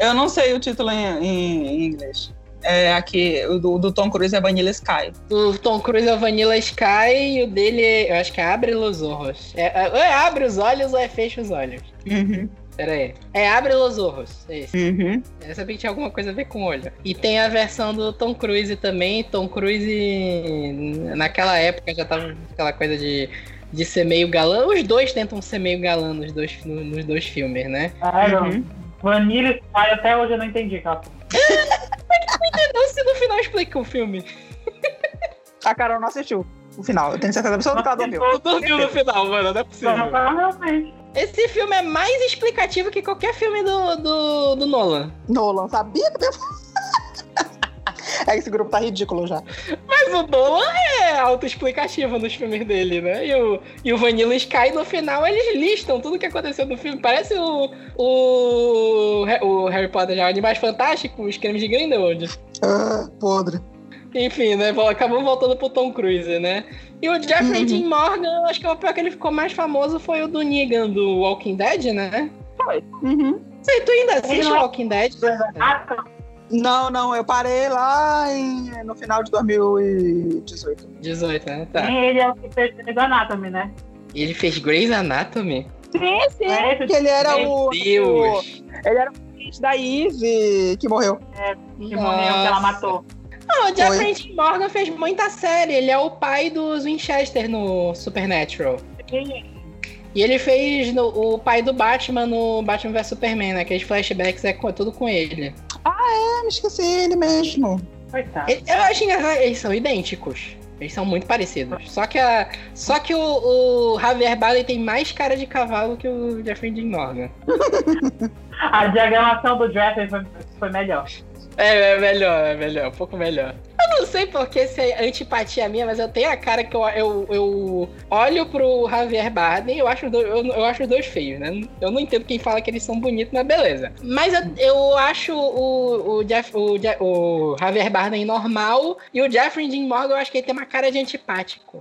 Speaker 2: Eu não sei o título em, em- em inglês. É aqui, o do, do Tom Cruise é Vanilla Sky.
Speaker 1: O Tom Cruise é o Vanilla Sky e o dele, é- eu acho que é Abre los Zorros. É, é- ou é Abre os Olhos ou é Fecha os Olhos?
Speaker 2: Uhum.
Speaker 1: Pera aí. É Abre los Zorros, é esse.
Speaker 2: Uhum.
Speaker 1: Eu sabia que tinha alguma coisa a ver com olho. E tem a versão do Tom Cruise também. Tom Cruise, naquela época, já tava com aquela coisa de, de ser meio galã. Os dois tentam ser meio galã nos dois, no- nos dois filmes, né?
Speaker 3: Era.
Speaker 2: Uhum.
Speaker 3: Vanilla Spy, até hoje eu não entendi, cara.
Speaker 2: Tá
Speaker 1: É, Não, se no final explica o filme.
Speaker 2: A Carol não assistiu o final. Eu tenho certeza absoluta que ela dormiu.
Speaker 1: Eu dormiu no final, mano, não é possível.
Speaker 3: Ah, realmente.
Speaker 1: Esse filme é mais explicativo que qualquer filme do, do, do Nolan.
Speaker 2: Nolan, sabia que eu... É que esse grupo tá ridículo já.
Speaker 1: Mas o Nolan é autoexplicativo nos filmes dele, né? E o, e o Vanilla Sky, no final, eles listam tudo que aconteceu no filme. Parece o, o, o Harry Potter já, Animais Fantásticos, os crimes de Grindelwald.
Speaker 2: Ah, podre.
Speaker 1: Enfim, né? vol- Acabou voltando pro Tom Cruise, né? E o Jeffrey
Speaker 2: Uhum.
Speaker 1: Dean Morgan, acho que é o papel que ele ficou mais famoso foi o do Negan, do Walking Dead, né?
Speaker 2: Uhum.
Speaker 1: Sei, tu ainda assiste
Speaker 3: não é-
Speaker 1: Walking Dead?
Speaker 3: Ah, tá.
Speaker 2: Não, não, eu parei lá em- no final de 2018.
Speaker 1: 18, né? Tá.
Speaker 3: Nem ele é o que fez Grey's Anatomy, né?
Speaker 1: E ele fez Grey's Anatomy?
Speaker 2: Sim, sim.
Speaker 3: É esse
Speaker 2: Que ele era
Speaker 1: Meu
Speaker 2: o.
Speaker 1: Deus!
Speaker 2: Ele era o cliente da Eve que morreu.
Speaker 3: que né? É morreu, que ela matou.
Speaker 1: Não, o Jeffrey
Speaker 2: Foi.
Speaker 1: Dean Morgan fez muita série. Ele é o pai dos Winchester no Supernatural.
Speaker 3: Sim,
Speaker 1: E ele fez no- o pai do Batman no Batman vs Superman, né? Aqueles flashbacks é co- tudo com ele.
Speaker 2: Ah, me esqueci ele mesmo.
Speaker 3: Coitado.
Speaker 1: Ele- Eu acho engraçado, eles são idênticos. Eles são muito parecidos. Só que, a- só que o, o Javier Bardem tem mais cara de cavalo que o Jeffrey Dean Morgan.
Speaker 3: A diagramação do Jeffrey foi, foi melhor.
Speaker 1: É, é melhor, é melhor, um pouco melhor. Eu não sei porque se é antipatia minha, mas eu tenho a cara que eu, eu, eu olho pro Javier Bardem e eu acho, os dois- eu, eu acho os dois feios, né? Eu não entendo quem fala que eles são bonitos, mas beleza. Mas eu, eu acho o, o, Jeff, o, Je- o Javier Bardem normal e o Jeffrey Dean Morgan eu acho que ele tem uma cara de antipático.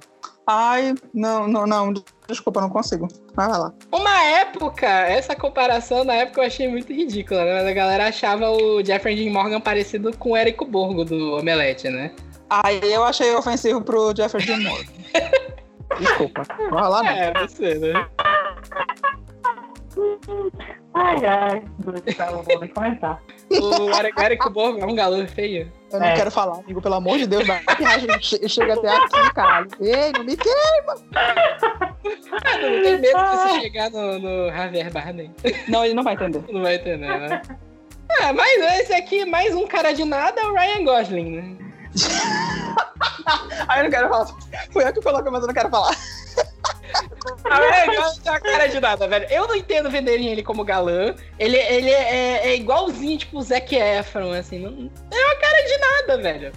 Speaker 2: Ai, não, não, não. Desculpa, não consigo. Mas vai lá.
Speaker 1: Uma época, essa comparação na época eu achei muito ridícula, né? Mas a galera achava o Jeffrey Dean Morgan parecido com o Érico Borgo do Omelete, né?
Speaker 2: Aí eu achei ofensivo pro Jeffrey Dean Morgan. Desculpa. Vai lá, não.
Speaker 1: É, você, né?
Speaker 3: Ai, ai. Não vou nem comentar.
Speaker 1: O Eric, Eric Borgo é um galã feio.
Speaker 2: Eu não
Speaker 3: É.
Speaker 2: quero falar, amigo, pelo amor de Deus, vai. Que raiva che- chega até aqui, caralho. Ei, não me quer.
Speaker 1: Ah, não tem medo de você chegar no, no Javier Bardem.
Speaker 2: Não, ele não vai entender.
Speaker 1: Não vai entender, né? Ah, mas esse aqui, mais um cara de nada, é o Ryan Gosling, né?
Speaker 2: Ai, eu não quero falar. Fui eu que coloquei, mas eu não quero falar.
Speaker 1: A velha não tem a é cara de nada, velho. Eu não entendo venderem ele como galã. Ele, ele é, é igualzinho, tipo, o Zac Efron, assim. Não, não é uma cara de nada, velho.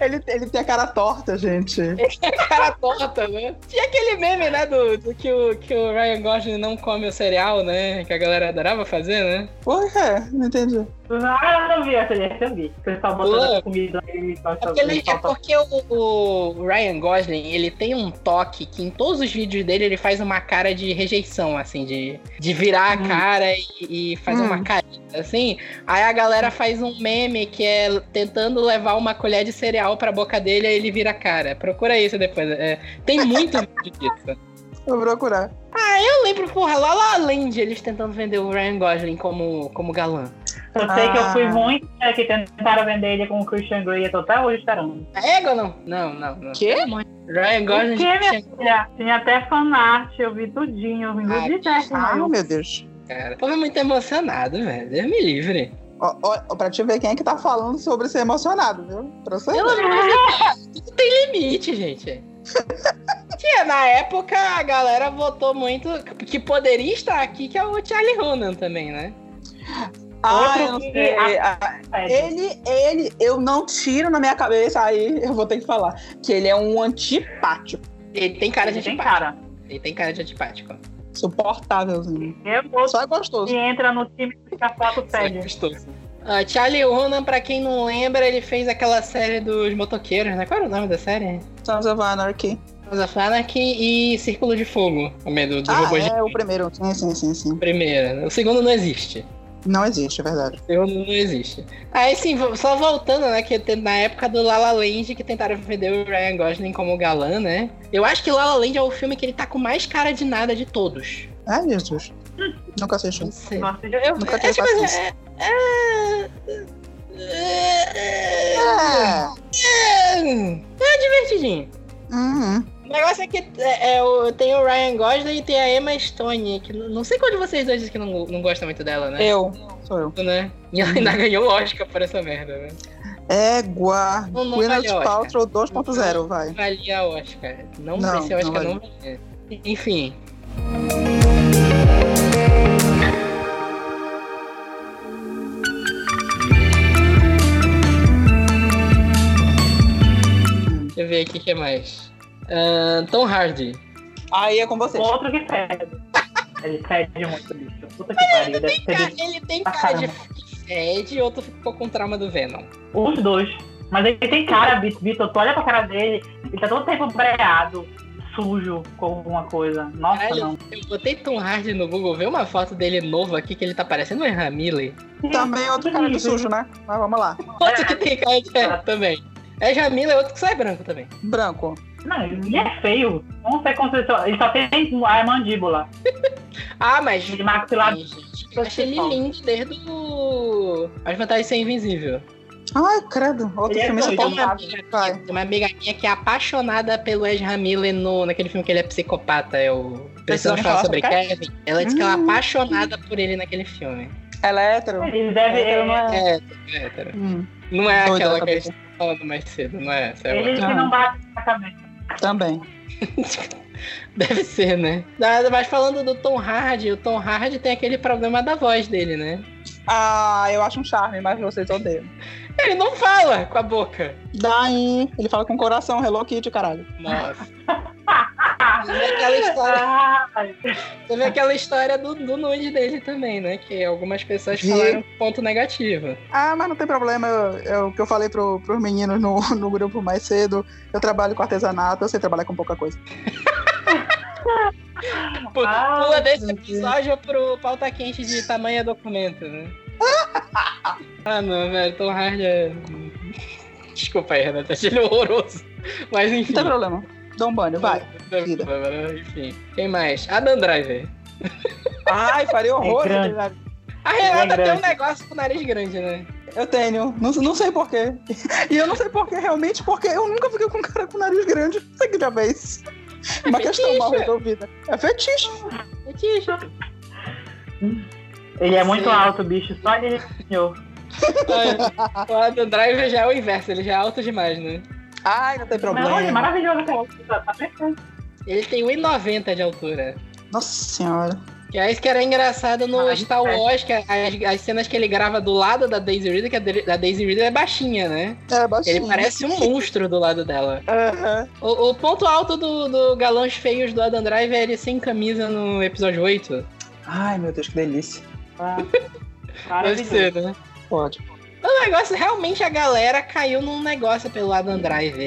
Speaker 2: Ele, ele tem a cara torta, gente.
Speaker 1: É Cara torta, né? Tinha aquele meme, né, do, do que, o, que o Ryan Gosling não come o cereal, né? Que a galera adorava fazer, né?
Speaker 2: Por quê? é, Não entendi.
Speaker 3: Ah, eu não vi essa gente, eu vi. O pessoal botando
Speaker 1: Lã.
Speaker 3: comida aí, só-
Speaker 1: É
Speaker 3: só-
Speaker 1: porque, ele- é
Speaker 3: só- só-
Speaker 1: porque o, o Ryan Gosling, ele tem um toque que em todos os vídeos dele ele faz uma cara de rejeição, assim, de, de virar a
Speaker 3: Uhum.
Speaker 2: Hum.
Speaker 1: cara e, e fazer
Speaker 2: Hum.
Speaker 1: uma careta, assim. Aí a galera faz um meme que é tentando levar uma colher de cereal pra boca dele aí ele vira a cara. Procura isso depois. é, tem muito vídeo disso.
Speaker 2: Vou procurar.
Speaker 1: Eu lembro, porra, lá La Land, eles tentando vender o Ryan Gosling como, como galã.
Speaker 3: Eu sei que eu fui
Speaker 2: Ah.
Speaker 3: muito é, que tentaram vender ele com o Christian Grey, eu tô até hoje esperando.
Speaker 1: É ego não? Não, não, não.
Speaker 2: Quê?
Speaker 1: Ryan Gosling...
Speaker 3: O quê, minha
Speaker 1: tinha-
Speaker 3: filha? Tinha até fanart, eu vi tudinho, eu vim
Speaker 1: Ah,
Speaker 3: do certo.
Speaker 2: Ai, meu Deus.
Speaker 1: Cara, o povo é muito emocionado, velho. Deus me livre.
Speaker 2: Ó, ó, pra te ver quem é que tá falando sobre ser emocionado, viu? Pra você.
Speaker 1: Pelo amor de Deus, tudo tem limite, gente. Tinha, na época, a galera votou muito que poderia estar aqui, que é o Charlie Hunnam também, né?
Speaker 2: Ah,
Speaker 3: Outro
Speaker 2: eu não
Speaker 3: que-
Speaker 2: sei. Ah, Ele, ele, eu não tiro na minha cabeça, aí eu vou ter que falar. Que ele é um antipático.
Speaker 1: Ele tem cara de
Speaker 3: Ele tem
Speaker 1: antipático.
Speaker 3: cara.
Speaker 1: Ele tem cara de antipático.
Speaker 2: Suportávelzinho.
Speaker 3: Eu vou
Speaker 2: Só é gostoso.
Speaker 3: e entra no time que a foto pede.
Speaker 1: Ah, Charlie Hunnam, pra quem não lembra, ele fez aquela série dos motoqueiros, né? Qual era o nome da série?
Speaker 2: Sons of Anarchy.
Speaker 1: Sons of Anarchy e Círculo de Fogo. O medo dos
Speaker 2: Ah,
Speaker 1: robôs
Speaker 2: é o
Speaker 1: de...
Speaker 2: primeiro. Sim, sim, sim, sim.
Speaker 1: primeira. né? O segundo não existe.
Speaker 2: Não existe, é verdade.
Speaker 1: Eu não existe. Aí sim, vo- só voltando, né? Que te- na época do Lala La Land que tentaram vender o Ryan Gosling como galã, né? Eu acho que Lala La Land é o filme que ele tá com mais cara de nada de todos.
Speaker 2: Ai, É, Jesus. Nunca assisti.
Speaker 1: Não sei.
Speaker 3: Nossa,
Speaker 1: Eu,
Speaker 2: Nunca
Speaker 1: é,
Speaker 2: teve
Speaker 1: tipo, assim,
Speaker 2: paciência.
Speaker 1: é, é,
Speaker 2: É.
Speaker 1: é, é divertidinho.
Speaker 2: Uhum.
Speaker 1: O negócio é que é, é o- tem o Ryan Gosling e tem a Emma Stone, que não, não sei qual de vocês dois que não, não gosta muito dela, né?
Speaker 2: Eu. Sou eu.
Speaker 1: Né? E ela ainda ganhou o Oscar por essa merda, né?
Speaker 2: Égua.
Speaker 1: Não, não
Speaker 2: Gwyneth
Speaker 1: valeu,
Speaker 2: Paltrow 2.0, vai.
Speaker 1: valia Oscar. Não,
Speaker 2: Não,
Speaker 1: esse Oscar
Speaker 2: não
Speaker 1: não valia. Enfim. Deixa eu ver aqui o que mais. Ahn, Tom Hardy.
Speaker 2: Aí é com
Speaker 3: um
Speaker 2: vocês.
Speaker 3: outro que pede. Ele pede muito, bicho. Puta que pariu, deve ser bicho.
Speaker 1: Ele tem
Speaker 3: Ah,
Speaker 1: cara de
Speaker 3: caramba.
Speaker 1: Fred e outro ficou com trauma do Venom.
Speaker 3: Os dois. Mas ele tem cara, Vitor. Vitor, tu olha pra cara dele, ele tá todo tempo breado, sujo com alguma coisa. Nossa, não.
Speaker 1: Caralho, eu botei Tom Hardy no Google, vê uma foto dele novo aqui que ele tá parecendo o Ian Miley.
Speaker 2: Também é outro cara de sujo, né? Mas vamos lá.
Speaker 1: Outro que tem cara de é, também. É Jamila, é outro que sai branco também.
Speaker 2: Branco.
Speaker 3: Não, ele é feio. Não sei como ele só, ele só tem a mandíbula.
Speaker 1: Ah, mas.
Speaker 3: De maxilar.
Speaker 1: Ai, gente, eu achei ele lindo desde o. As vantagens de ser invisível.
Speaker 2: Ai, credo. Outro
Speaker 3: Ele é
Speaker 2: filme
Speaker 3: doido,
Speaker 1: Tem uma,
Speaker 2: suportável.
Speaker 1: amiga,
Speaker 2: Vai.
Speaker 1: minha- tem uma amiga minha que é apaixonada pelo Ezra Miller no, naquele filme que ele é psicopata. Eu preciso
Speaker 2: Precisamos
Speaker 1: falar
Speaker 2: falar
Speaker 1: sobre
Speaker 2: sobre Hum.
Speaker 1: Kevin. Ela disse que ela é apaixonada por ele naquele filme.
Speaker 2: Ela é hétero?
Speaker 3: Ele deve.
Speaker 2: Hétero não
Speaker 3: Ele,
Speaker 2: é.
Speaker 1: É, é, cara.
Speaker 2: Hum,
Speaker 1: não é
Speaker 2: doida
Speaker 1: aquela
Speaker 2: da
Speaker 1: que a
Speaker 2: cabeça.
Speaker 1: gente tá falando mais cedo, não é essa. É
Speaker 3: ele
Speaker 1: outra.
Speaker 3: que não bate na cabeça.
Speaker 2: Também.
Speaker 1: Deve ser, né? Mas falando do Tom Hardy, o Tom Hardy tem aquele problema da voz dele, né?
Speaker 2: Ah, eu acho um charme, mas vocês odeiam.
Speaker 1: Ele não fala com a boca.
Speaker 2: Daí, ele fala com coração, Hello Kitty, caralho.
Speaker 1: Nossa. Você
Speaker 2: É
Speaker 1: vê aquela história,
Speaker 3: Ah,
Speaker 1: você vê aquela história do, do nude dele também, né? Que algumas pessoas
Speaker 2: Vi.
Speaker 1: falaram ponto negativo.
Speaker 2: Ah, mas não tem problema, eu- é o que eu falei pro, pros meninos no, no grupo mais cedo. Eu trabalho com artesanato, eu sei trabalhar com pouca coisa.
Speaker 1: Pula
Speaker 3: Ah,
Speaker 1: pula desse
Speaker 2: meu Deus.
Speaker 1: episódio pro pauta quente de tamanho é documento, né? ah, não, velho. Tom Hardy é... Desculpa aí, Renata. Achei ele horroroso. Mas enfim.
Speaker 2: Não tem problema. Dá um banho, Então, vai. vida.
Speaker 1: Enfim. Quem mais? Adam Driver.
Speaker 2: Ai, farei horror.
Speaker 3: grande.
Speaker 1: A Renata tem um
Speaker 3: grande.
Speaker 1: negócio com nariz grande, né?
Speaker 2: eu tenho. Não, não sei porquê. E eu não sei porquê realmente, porque eu nunca fiquei com um cara com nariz grande. Isso aqui já vez. Uma questão
Speaker 1: fetiche.
Speaker 2: mal resolvida. É fetiche.
Speaker 1: Fetiche.
Speaker 3: ele é muito
Speaker 1: Sim.
Speaker 3: é alto, bicho. Só ele. é senhor.
Speaker 1: Olha, O Adam Driver já é o inverso, ele já é alto demais, né?
Speaker 2: Ai, não tem
Speaker 3: Não, ele é
Speaker 2: problema.
Speaker 3: maravilhoso essa altura, tá perfeito.
Speaker 1: Ele tem 1,90 de altura.
Speaker 2: Nossa senhora.
Speaker 1: Que é isso que era engraçado no
Speaker 3: Ah,
Speaker 1: Star
Speaker 3: é.
Speaker 1: Wars, que as, as cenas que ele grava do lado da Daisy Ridley, que a, Dri- a Daisy Ridley é baixinha, né?
Speaker 2: É, baixinho.
Speaker 1: Ele parece um monstro do lado dela.
Speaker 2: Aham.
Speaker 1: O, o ponto alto do, do galãs feios do Adam Driver é ele sem camisa no episódio 8.
Speaker 2: Ai, meu Deus, que delícia.
Speaker 3: Ah,
Speaker 1: Deve
Speaker 3: maravilhoso.
Speaker 1: ser, né?
Speaker 2: Pode.
Speaker 1: O negócio, realmente a galera caiu num negócio pelo Adam Driver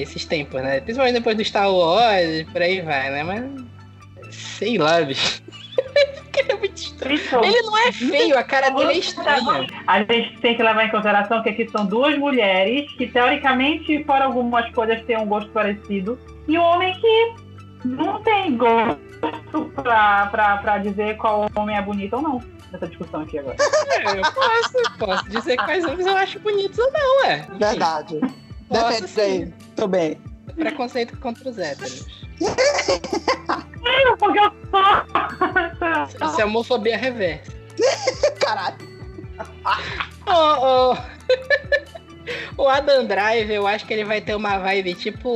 Speaker 1: esses tempos, né? Principalmente depois do Star Wars e por aí vai, né? Mas. Sei lá, bicho. Ele é muito estranho.
Speaker 3: Frisou.
Speaker 1: Ele não é feio, a cara dele é estranha.
Speaker 3: A gente tem que levar em consideração que aqui são duas mulheres que, teoricamente, por algumas coisas, têm um gosto parecido. E um homem que não tem gosto pra, pra, pra dizer qual homem é bonito ou não. Nessa discussão aqui agora.
Speaker 1: É, Eu posso, posso dizer quais homens eu acho bonitos ou não, é. Enfim,
Speaker 2: Verdade.
Speaker 1: Nossa,
Speaker 2: Depende
Speaker 1: sim.
Speaker 2: daí. Tô bem.
Speaker 1: Preconceito contra os héteros.
Speaker 3: Porque eu
Speaker 2: Ah.
Speaker 3: sou...
Speaker 1: Isso é homofobia reversa.
Speaker 2: Caralho.
Speaker 1: Ô, ô. Oh, o Adam Driver, eu acho que ele vai ter uma vibe tipo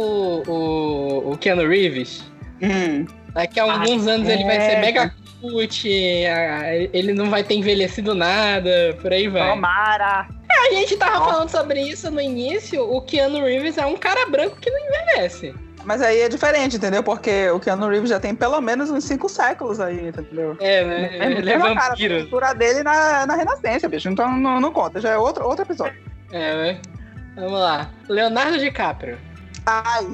Speaker 1: o, o Keanu Reeves.
Speaker 2: Hum.
Speaker 1: Daqui a alguns anos ele vai ser
Speaker 3: é.
Speaker 1: mega cult, a- ele não vai ter envelhecido nada, por aí vai.
Speaker 3: Tomara!
Speaker 1: A gente tava falando sobre isso no início, o Keanu Reeves é um cara branco que não envelhece.
Speaker 2: Mas aí é diferente, entendeu? Porque o Keanu Reeves já tem pelo menos uns cinco séculos aí, entendeu?
Speaker 1: É, né? Ele é
Speaker 2: Mesmo cara, a
Speaker 1: vampiro.
Speaker 2: cultura dele na, na Renascença, bicho. Então não, não conta, já é outro, outro episódio.
Speaker 1: É, né? Vamos lá. Leonardo DiCaprio.
Speaker 2: Ai,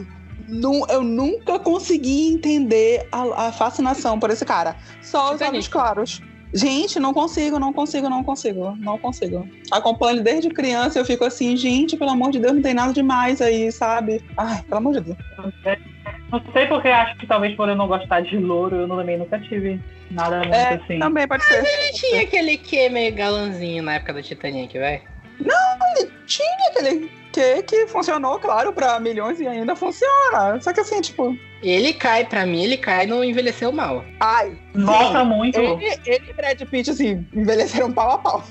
Speaker 2: nu- eu nunca consegui entender a, a fascinação por esse cara. Só os
Speaker 1: Titanic.
Speaker 2: olhos claros. Gente, não consigo, não consigo, não consigo, não consigo. Acompanho ele desde criança, eu fico assim, gente, pelo amor de Deus, não tem nada demais aí, sabe? Ai, pelo amor de Deus.
Speaker 3: Não sei porque acho que talvez por eu não gostar de louro, eu também nunca tive nada muito
Speaker 2: É,
Speaker 3: assim.
Speaker 2: também pode ser.
Speaker 1: Ele tinha aquele que meio galãzinho na época do Titanic, vai.
Speaker 2: tinha aquele que que funcionou, claro, pra milhões e ainda funciona. Só que assim, tipo,
Speaker 1: Ele cai, pra mim, ele cai e não envelheceu mal.
Speaker 2: ai,
Speaker 3: Nota muito.
Speaker 2: ele, ele e Brad Pitt, assim, envelheceram pau a pau.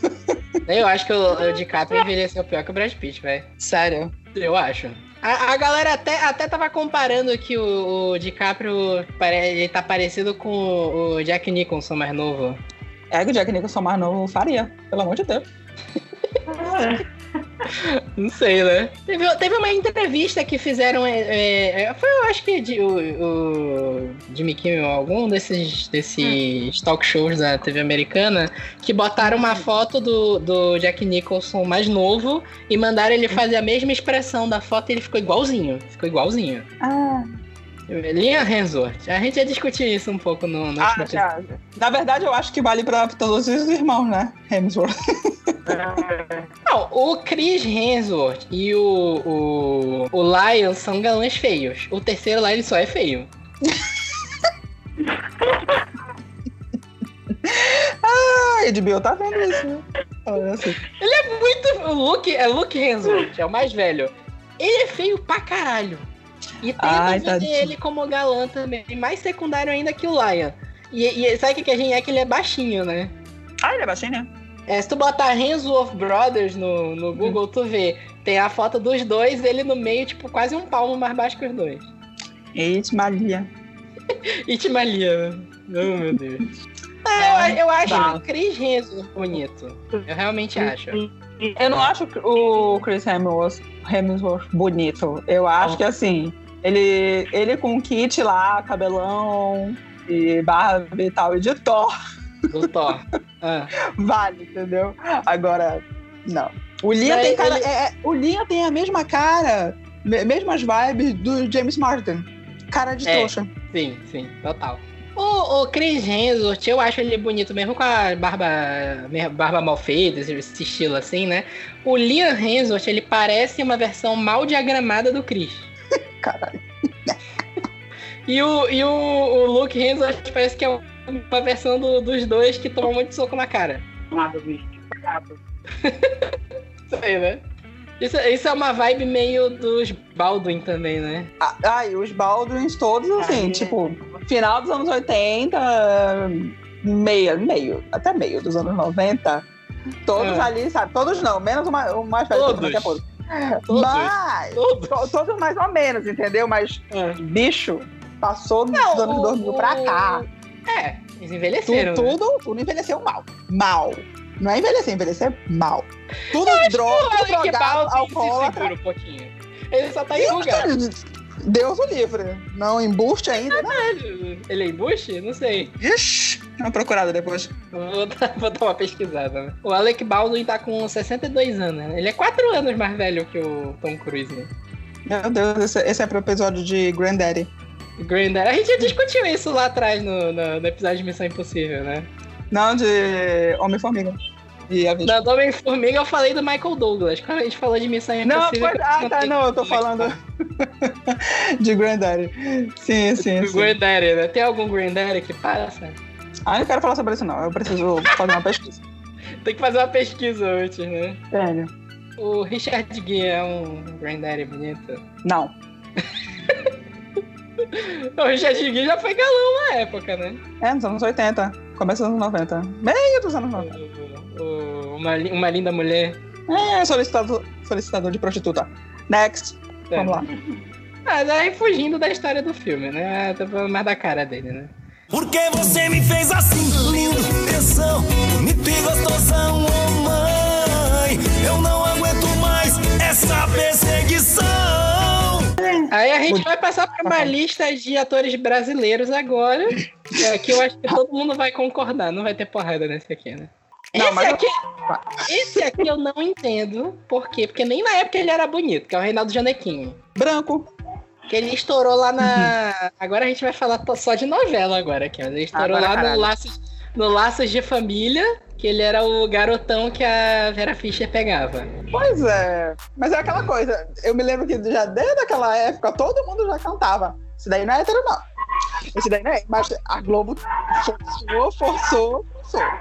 Speaker 1: Eu acho que o, o DiCaprio envelheceu pior que o Brad Pitt, velho.
Speaker 2: Sério?
Speaker 1: Eu acho. A, a galera até, até tava comparando que o, o DiCaprio pare- ele tá parecido com o, o Jack Nicholson mais novo.
Speaker 2: É que o Jack Nicholson mais novo faria, pelo amor de Deus.
Speaker 3: É.
Speaker 1: Não sei, né? Teve, teve uma entrevista que fizeram. é, é, foi, eu acho que de- o, o Jimmy Kimmel, algum desses, desses talk shows da TV americana, que botaram uma foto do, do Jack Nicholson mais novo e mandaram ele fazer a mesma expressão da foto e ele ficou igualzinho. Ficou igualzinho.
Speaker 2: Ah,
Speaker 1: Linha Resort. A gente já discutiu isso um pouco no, no
Speaker 2: ah já. Na verdade, eu acho que vale pra todos os irmãos, né? Hemsworth.
Speaker 1: Não, o Chris Hemsworth e o, o, o Lion são galãs feios. O terceiro lá, ele só é feio.
Speaker 2: Ah, Edbio tá vendo isso, né? Olha assim.
Speaker 1: Muito... O Luke é Luke Hemsworth, é o mais velho. Ele é feio pra caralho. E
Speaker 2: Ai,
Speaker 1: tenta vender
Speaker 2: tadinho.
Speaker 1: ele como galã também. Mais secundário ainda que o Lion. E, e sabe o que que a gente é? Que ele é baixinho, né?
Speaker 2: Ah, ele é baixinho, né?
Speaker 1: É, se tu botar Hemsworth Brothers no, no Google, tu vê. Tem a foto dos dois, ele no meio, tipo, quase um palmo mais baixo que os dois.
Speaker 2: Eita, Maria.
Speaker 1: Itmalia. Oh, meu Deus. Ah, eu, eu acho
Speaker 3: Tá.
Speaker 1: o Chris Hemsworth bonito. Eu realmente acho.
Speaker 2: Eu não acho o Chris Hemsworth, Hemsworth bonito. Eu acho
Speaker 3: Não.
Speaker 2: que assim, ele, ele com o kit lá, cabelão e barba e tal, e de Thor,
Speaker 1: Do Thor. Ah.
Speaker 2: vale, entendeu? Agora, não. O Liam
Speaker 1: Mas
Speaker 2: tem cara.
Speaker 1: ele-
Speaker 2: é- é- o Liam tem a mesma cara, me- mesmas vibes do James Martin. Cara de
Speaker 1: É.
Speaker 2: trouxa.
Speaker 1: Sim, sim, total. O, o Chris Hemsworth, eu acho ele bonito mesmo com a barba, me- barba mal feita, esse, esse estilo assim, né? O Liam Hemsworth, ele parece uma versão mal diagramada do Chris.
Speaker 2: Caralho.
Speaker 1: E o, e o, o Luke Hemsworth parece que é uma versão do- dos dois que toma um monte de soco na cara.
Speaker 3: Nada, bicho. Nada.
Speaker 1: Isso aí, né? Isso, isso é uma vibe meio dos Baldwin também, né?
Speaker 2: Ah, ah, e os Baldwins todos, assim,
Speaker 3: Aí,
Speaker 2: tipo, final dos anos 80, meia, meio, até meio dos anos 90. Todos
Speaker 1: É.
Speaker 2: ali, sabe? Todos não, menos o mais, o mais velho.
Speaker 1: Todos.
Speaker 2: daqui a pouco.
Speaker 1: Todos.
Speaker 2: é Mas,
Speaker 1: Todos.
Speaker 2: to- todos mais ou menos, entendeu? Mas,
Speaker 1: É.
Speaker 2: bicho, passou dos anos 2000 pra cá.
Speaker 1: É, eles
Speaker 2: Tu-
Speaker 1: envelheceram. né?
Speaker 2: tudo, tudo envelheceu mal. Mal. Não é envelhecer, envelhecer mal. Tudo droga,
Speaker 1: O
Speaker 2: tudo
Speaker 1: Alec
Speaker 2: drogado,
Speaker 1: Baldwin se
Speaker 2: alcoólatra.
Speaker 1: segura um pouquinho. Ele só tá
Speaker 2: Ih,
Speaker 1: enrugado.
Speaker 2: Deus o livre. Não embuste ainda, né?
Speaker 1: Ele é embuste? Não sei.
Speaker 2: Ixi, é uma procurada depois.
Speaker 1: Vou dar, vou dar uma pesquisada. né? O Alec Baldwin tá com 62 anos. né? Ele é 4 anos mais velho que o Tom Cruise, né?
Speaker 2: Meu Deus, esse, esse é pro episódio de Granddaddy.
Speaker 1: Grindr. A gente já discutiu isso lá atrás no, no- no episódio de Missão Impossível, né?
Speaker 2: Não, de Homem-Formiga. E a vida.
Speaker 1: Na do Homem-Formiga eu falei do Michael Douglas. Quando a gente falou de Missão
Speaker 2: Não,
Speaker 1: Impossível...
Speaker 2: pois, ah, tá,
Speaker 1: tem- é
Speaker 2: não, eu tô falando
Speaker 1: tá.
Speaker 2: de Granddaddy. Sim, sim,
Speaker 1: Do
Speaker 2: sim.
Speaker 1: Granddaddy, né? Tem algum Granddaddy que passa?
Speaker 2: Ah, não quero falar sobre isso, não. Eu preciso fazer uma pesquisa.
Speaker 1: Tem que fazer uma pesquisa antes, né?
Speaker 2: Sério.
Speaker 1: O Richard Gere é um Granddaddy bonito.
Speaker 2: Não.
Speaker 1: O Richard Gere já foi galão na época, né?
Speaker 2: É, nos anos 80. Começa nos anos 90. Meio dos anos 90.
Speaker 1: O- o- uma, li- uma linda mulher.
Speaker 2: É, solicitado, solicitador de prostituta. Next.
Speaker 1: É.
Speaker 2: Vamos lá.
Speaker 1: Mas aí fugindo da história do filme, né? Tá falando mais da cara dele, né?
Speaker 4: Porque você me fez assim, lindo, tensão, bonito e gostosão, oh mãe. Eu não aguento mais essa perseguição.
Speaker 1: Aí a gente
Speaker 2: Muito.
Speaker 1: vai passar para uma lista de atores brasileiros agora. que é Que eu acho que todo mundo vai concordar. Não vai ter porrada nesse aqui, né?
Speaker 2: Não,
Speaker 1: esse,
Speaker 2: mas eu-
Speaker 1: aqui, esse aqui eu não entendo por quê. Porque nem na época ele era bonito, que é o Reinaldo Janequinho.
Speaker 2: Branco.
Speaker 1: Que ele estourou lá na. Agora a gente vai falar to- só de novela agora, aqui. Ele estourou
Speaker 2: Agora
Speaker 1: lá no
Speaker 2: caralho.
Speaker 1: Laços, no Laços de Família, que ele era o garotão que a Vera Fischer pegava.
Speaker 2: Pois é. Mas é aquela coisa. Eu me lembro que já desde aquela época todo mundo já cantava. Isso daí não é hétero, não. Isso daí não é. Mas a Globo forçou, forçou, forçou.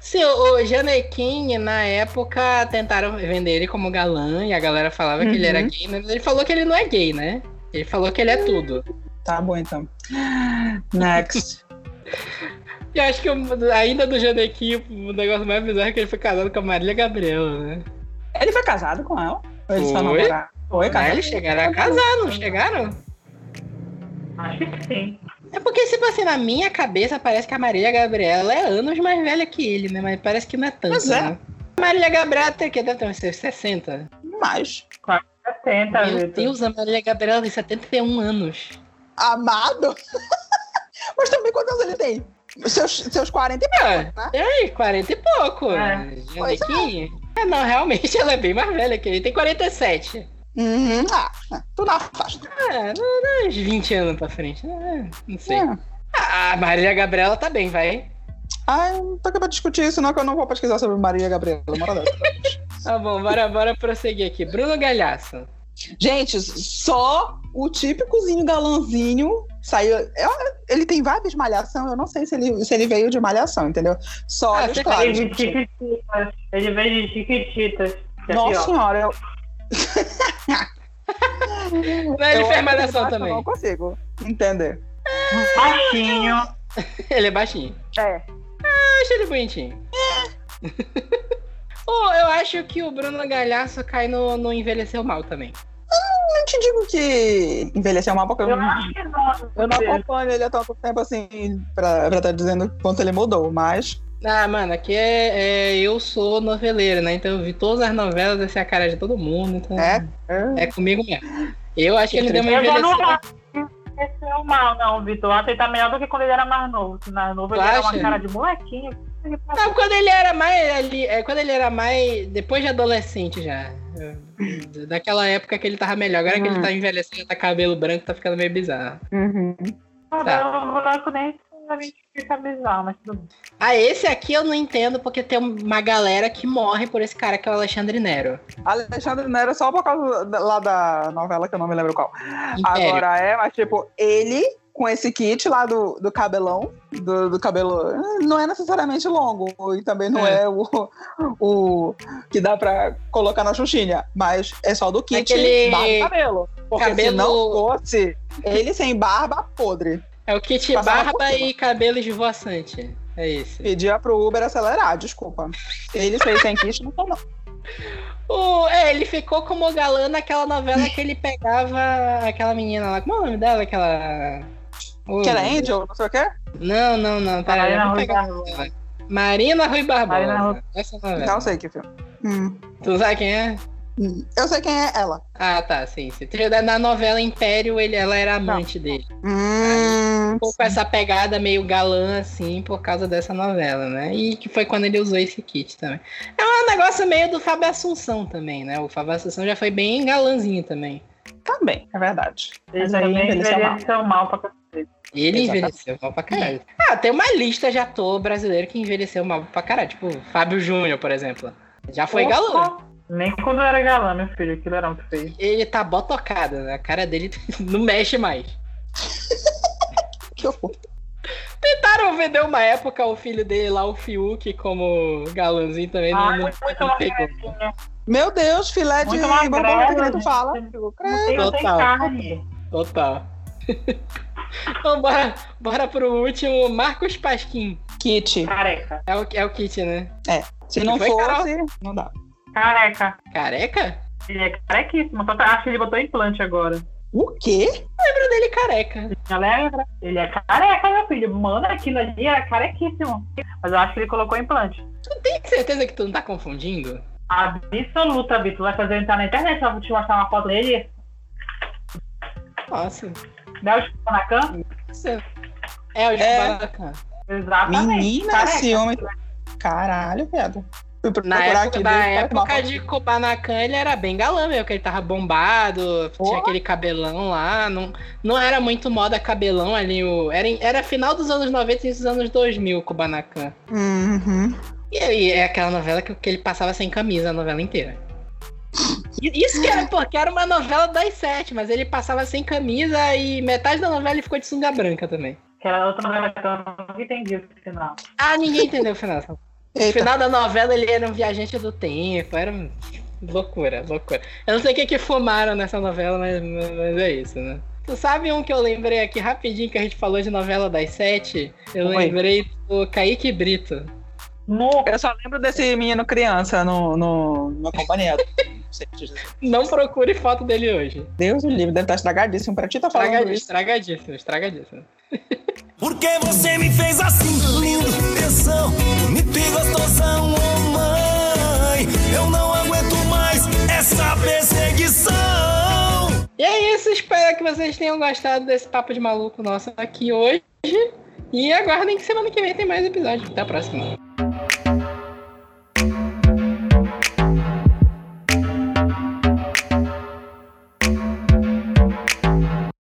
Speaker 1: Sim, o o Janequim, na época, tentaram vender ele como galã e a galera falava
Speaker 2: Uhum.
Speaker 1: que ele era gay, mas ele falou que ele não é gay, né? Ele falou que ele é tudo.
Speaker 2: Tá bom, então. Next.
Speaker 1: E acho que o- ainda do Janequim, o negócio mais bizarro é que ele foi casado com a Marília Gabriela, né?
Speaker 2: Ele foi casado com ela? Ou ele só
Speaker 1: Foi.
Speaker 2: namorar? Foi,
Speaker 1: Mas
Speaker 2: cara.
Speaker 1: eles chegaram a casar, não chegaram?
Speaker 3: Acho que sim.
Speaker 1: É porque, tipo assim, na minha cabeça parece que a Marília Gabriela é anos mais velha que ele, né? Mas parece que não é tanto.
Speaker 2: Mas é.
Speaker 1: Né? A Marília Gabriela tem que deve ter uns seus 60.
Speaker 2: Mas,
Speaker 3: 70,
Speaker 1: Meu
Speaker 3: Vitor.
Speaker 1: Deus, a Marília Gabriela tem 71 anos.
Speaker 2: amado. Mas também quantos anos ele tem? Seus, seus 40 e
Speaker 1: Ah,
Speaker 2: né?
Speaker 1: é, 40 e pouco.
Speaker 3: É.
Speaker 1: né? Já
Speaker 2: Pois
Speaker 1: vi que- É, não, realmente ela é bem mais velha que ele. Tem 47.
Speaker 2: Uhum. Ah, é. tu na afasta.
Speaker 1: Ah, não, não, uns 20 anos pra frente. né? não sei.
Speaker 2: É.
Speaker 1: Ah, a Maria Gabriela tá bem, vai.
Speaker 2: Ai, não Ah, tô aqui pra discutir isso, não, que eu não vou pesquisar sobre Maria Gabriela. uma hora dessa.
Speaker 1: Tá bom, bora, bora prosseguir aqui. Bruno Galhaço.
Speaker 2: Gente, só o típicozinho galãzinho saiu. eu- ele tem várias de malhação, eu não sei se ele, se ele veio de malhação, entendeu? Só
Speaker 1: Ah,
Speaker 2: olhos
Speaker 1: você
Speaker 3: Ele
Speaker 2: claros.
Speaker 3: veio de Chiquititas. Ele veio de Chiquititas.
Speaker 1: assim,
Speaker 3: que é
Speaker 2: Nossa
Speaker 3: pior.
Speaker 2: senhora, eu.
Speaker 1: Não, ele
Speaker 2: eu
Speaker 1: fez
Speaker 2: olho pra
Speaker 1: malhação
Speaker 2: baixo, Eu
Speaker 1: também.
Speaker 2: não consigo entender.
Speaker 3: Baixinho.
Speaker 1: Ele é baixinho.
Speaker 2: É.
Speaker 1: Eu acho ele bonitinho.
Speaker 2: É.
Speaker 1: Oh, eu acho que o Bruno Galhaço cai no, no envelheceu mal também.
Speaker 2: Não te digo que envelheceu mal, porque eu,
Speaker 3: Eu acho que não.
Speaker 2: eu não
Speaker 3: Deus.
Speaker 2: acompanho ele há tanto tempo assim pra estar dizendo quanto ele mudou, mas.
Speaker 1: Ah, mano, aqui é, é- Eu sou noveleira, né? Então eu vi todas as novelas, essa é a cara de todo mundo. Então
Speaker 2: É. é.
Speaker 1: é comigo mesmo. Eu acho que ele assim. deu uma
Speaker 3: Eu já não
Speaker 1: envelhecida.
Speaker 3: acho que esse é o mal, não, Vitor. Acho que ele tá melhor do que quando ele era mais novo. Se mais novo, ele
Speaker 1: Tu
Speaker 3: era uma
Speaker 1: acha? Ah,
Speaker 3: cara de molequinho. tá
Speaker 1: Não, quando ele era mais. Ali, é, quando ele era mais. Depois de adolescente já. É, Daquela época que ele tava melhor. Agora
Speaker 2: Hum.
Speaker 1: que ele tá envelhecendo, tá cabelo branco, tá ficando meio bizarro.
Speaker 2: Uhum.
Speaker 3: Cara, O buraco nem necessariamente fica bizarro, mas tudo bem.
Speaker 1: Ah, esse aqui eu não entendo, porque tem uma galera que morre por esse cara que é o Alexandre Nero.
Speaker 2: Alexandre não era só por causa da- lá da novela que eu não me lembro qual.
Speaker 1: Império.
Speaker 2: Agora é, mas tipo, ele com esse kit lá do, do cabelão, do, do cabelo, não é necessariamente longo e também não é,
Speaker 1: É.
Speaker 2: o, o que dá pra colocar na xuxinha, mas é só do kit
Speaker 1: Aquele
Speaker 2: barba e cabelo. Porque se
Speaker 1: cabelo-
Speaker 2: não fosse ele sem barba, podre.
Speaker 1: É o kit
Speaker 2: Passava por
Speaker 1: barba
Speaker 2: cima.
Speaker 1: e cabelo esvoaçante. É isso.
Speaker 2: Pedia pro Uber acelerar, desculpa. Ele fez sem quis, não foi não.
Speaker 1: O- é, ele ficou como galã naquela novela que ele pegava aquela menina lá. Como é o nome dela? Aquela. Ô,
Speaker 2: Que é era
Speaker 1: meu Deus.
Speaker 2: Angel, não sei o quê?
Speaker 1: Não, não, não. Pera, aí, É, eu
Speaker 3: Marina
Speaker 1: vou
Speaker 3: Rui
Speaker 1: pegar.
Speaker 3: Barbosa.
Speaker 1: Marina Rui Barbosa.
Speaker 3: Marina Rui-
Speaker 1: Essa é novela.
Speaker 2: Não sei que filme. Hum.
Speaker 1: Tu sabe quem é?
Speaker 2: Hum. Eu sei quem é ela.
Speaker 1: Ah, tá, sim. sim. Na novela Império, ele, ela era amante dele.
Speaker 2: Hum.
Speaker 1: Ficou com um essa pegada meio galã, assim, por causa dessa novela, né? E que foi quando ele usou esse kit também. É um negócio meio do Fábio Assunção também, né? O Fábio Assunção já foi bem galãzinho também.
Speaker 2: Também, é verdade.
Speaker 3: Eles
Speaker 2: Mas aí
Speaker 3: também
Speaker 2: envelheceu mal.
Speaker 3: envelheceram mal pra
Speaker 1: Ele
Speaker 2: Exatamente.
Speaker 1: envelheceu mal pra caralho. Ah, tem uma lista de ator brasileiro que envelheceu mal pra caralho. Tipo, Fábio Júnior, por exemplo. Já foi galã.
Speaker 3: Opa! Nem quando eu era galã, meu filho, aquilo era muito feio.
Speaker 1: Ele tá botocado, né? A cara dele não mexe mais.
Speaker 2: Que horror.
Speaker 1: Tentaram vender uma época o filho dele lá, o Fiuk, como galãzinho também. não-
Speaker 3: Ah,
Speaker 1: não,
Speaker 3: muito
Speaker 1: não
Speaker 3: uma
Speaker 1: pegou.
Speaker 3: gracinha.
Speaker 2: Meu Deus, filé de
Speaker 3: Muito magrelo,
Speaker 2: borboleta que nem tu
Speaker 3: né?
Speaker 2: fala.
Speaker 3: Não tem, não tem
Speaker 1: Total.
Speaker 3: carne.
Speaker 1: Total. tá. então bora, bora pro último, Marcos Pasquim.
Speaker 2: Kit.
Speaker 3: Careca.
Speaker 1: É o, é o kit, né?
Speaker 2: Se não
Speaker 1: Foi, Carol?
Speaker 2: fosse, não dá.
Speaker 3: Careca.
Speaker 1: Careca?
Speaker 3: Ele é carequíssimo. Só que acho que ele botou implante agora.
Speaker 2: O quê?
Speaker 1: Lembro dele careca.
Speaker 3: Galera, ele é careca, meu filho. Mano, aquilo ali era carequíssimo. Mas eu acho que ele colocou implante.
Speaker 1: Tem certeza que tu não tá confundindo?
Speaker 3: Absoluta, Vitor. Vai fazer eu entrar na internet, eu vou te mostrar uma foto dele.
Speaker 1: Nossa.
Speaker 3: Dá o chupão na cama?
Speaker 1: Isso. É o
Speaker 2: É.
Speaker 1: Chewbacca.
Speaker 3: Exatamente.
Speaker 2: Menina,
Speaker 3: Careca.
Speaker 2: esse homem. Caralho, viado. Fui
Speaker 1: Na
Speaker 2: procurar
Speaker 1: época,
Speaker 2: aqui
Speaker 1: na
Speaker 2: dele, tá mal.
Speaker 1: época de Kubanacan, ele era bem galã mesmo, que ele tava bombado, tinha
Speaker 2: Porra.
Speaker 1: aquele cabelão lá, não, não era muito moda cabelão ali, o, era, em- era final dos anos 90 e dos anos 2000, Kubanacan.
Speaker 2: Uhum.
Speaker 1: E aí, é aquela novela que, que ele passava sem camisa a novela inteira. E- Isso que era porque era uma novela das sete, mas ele passava sem camisa e metade da novela ele ficou de sunga branca também.
Speaker 3: Que era outra novela que eu não entendi o final.
Speaker 1: Ah, ninguém entendeu o final. dessa No
Speaker 2: Eita.
Speaker 1: final da novela ele era um viajante do tempo, era um- loucura, loucura. Eu não sei o que que fumaram nessa novela, mas, mas é isso, né? Tu sabe um que eu lembrei aqui rapidinho que a gente falou de novela das sete? Eu
Speaker 2: Oi.
Speaker 1: lembrei do Kaique Brito.
Speaker 3: No
Speaker 2: Eu só lembro desse menino criança no, no, na companhia. Não sei o que dizer.
Speaker 1: Não procure foto dele hoje.
Speaker 2: Deus o livre, deve estar estragadíssimo pra ti, tá falando
Speaker 1: Estragadi-
Speaker 2: isso.
Speaker 1: Estragadíssimo, estragadíssimo.
Speaker 4: Porque você me fez assim, lindo, tensão, bonito e gostosão, oh mãe. Eu não aguento mais essa perseguição.
Speaker 1: E é isso, espero que vocês tenham gostado desse papo de maluco nosso aqui hoje. E aguardem que semana que vem tem mais episódio. Até a próxima.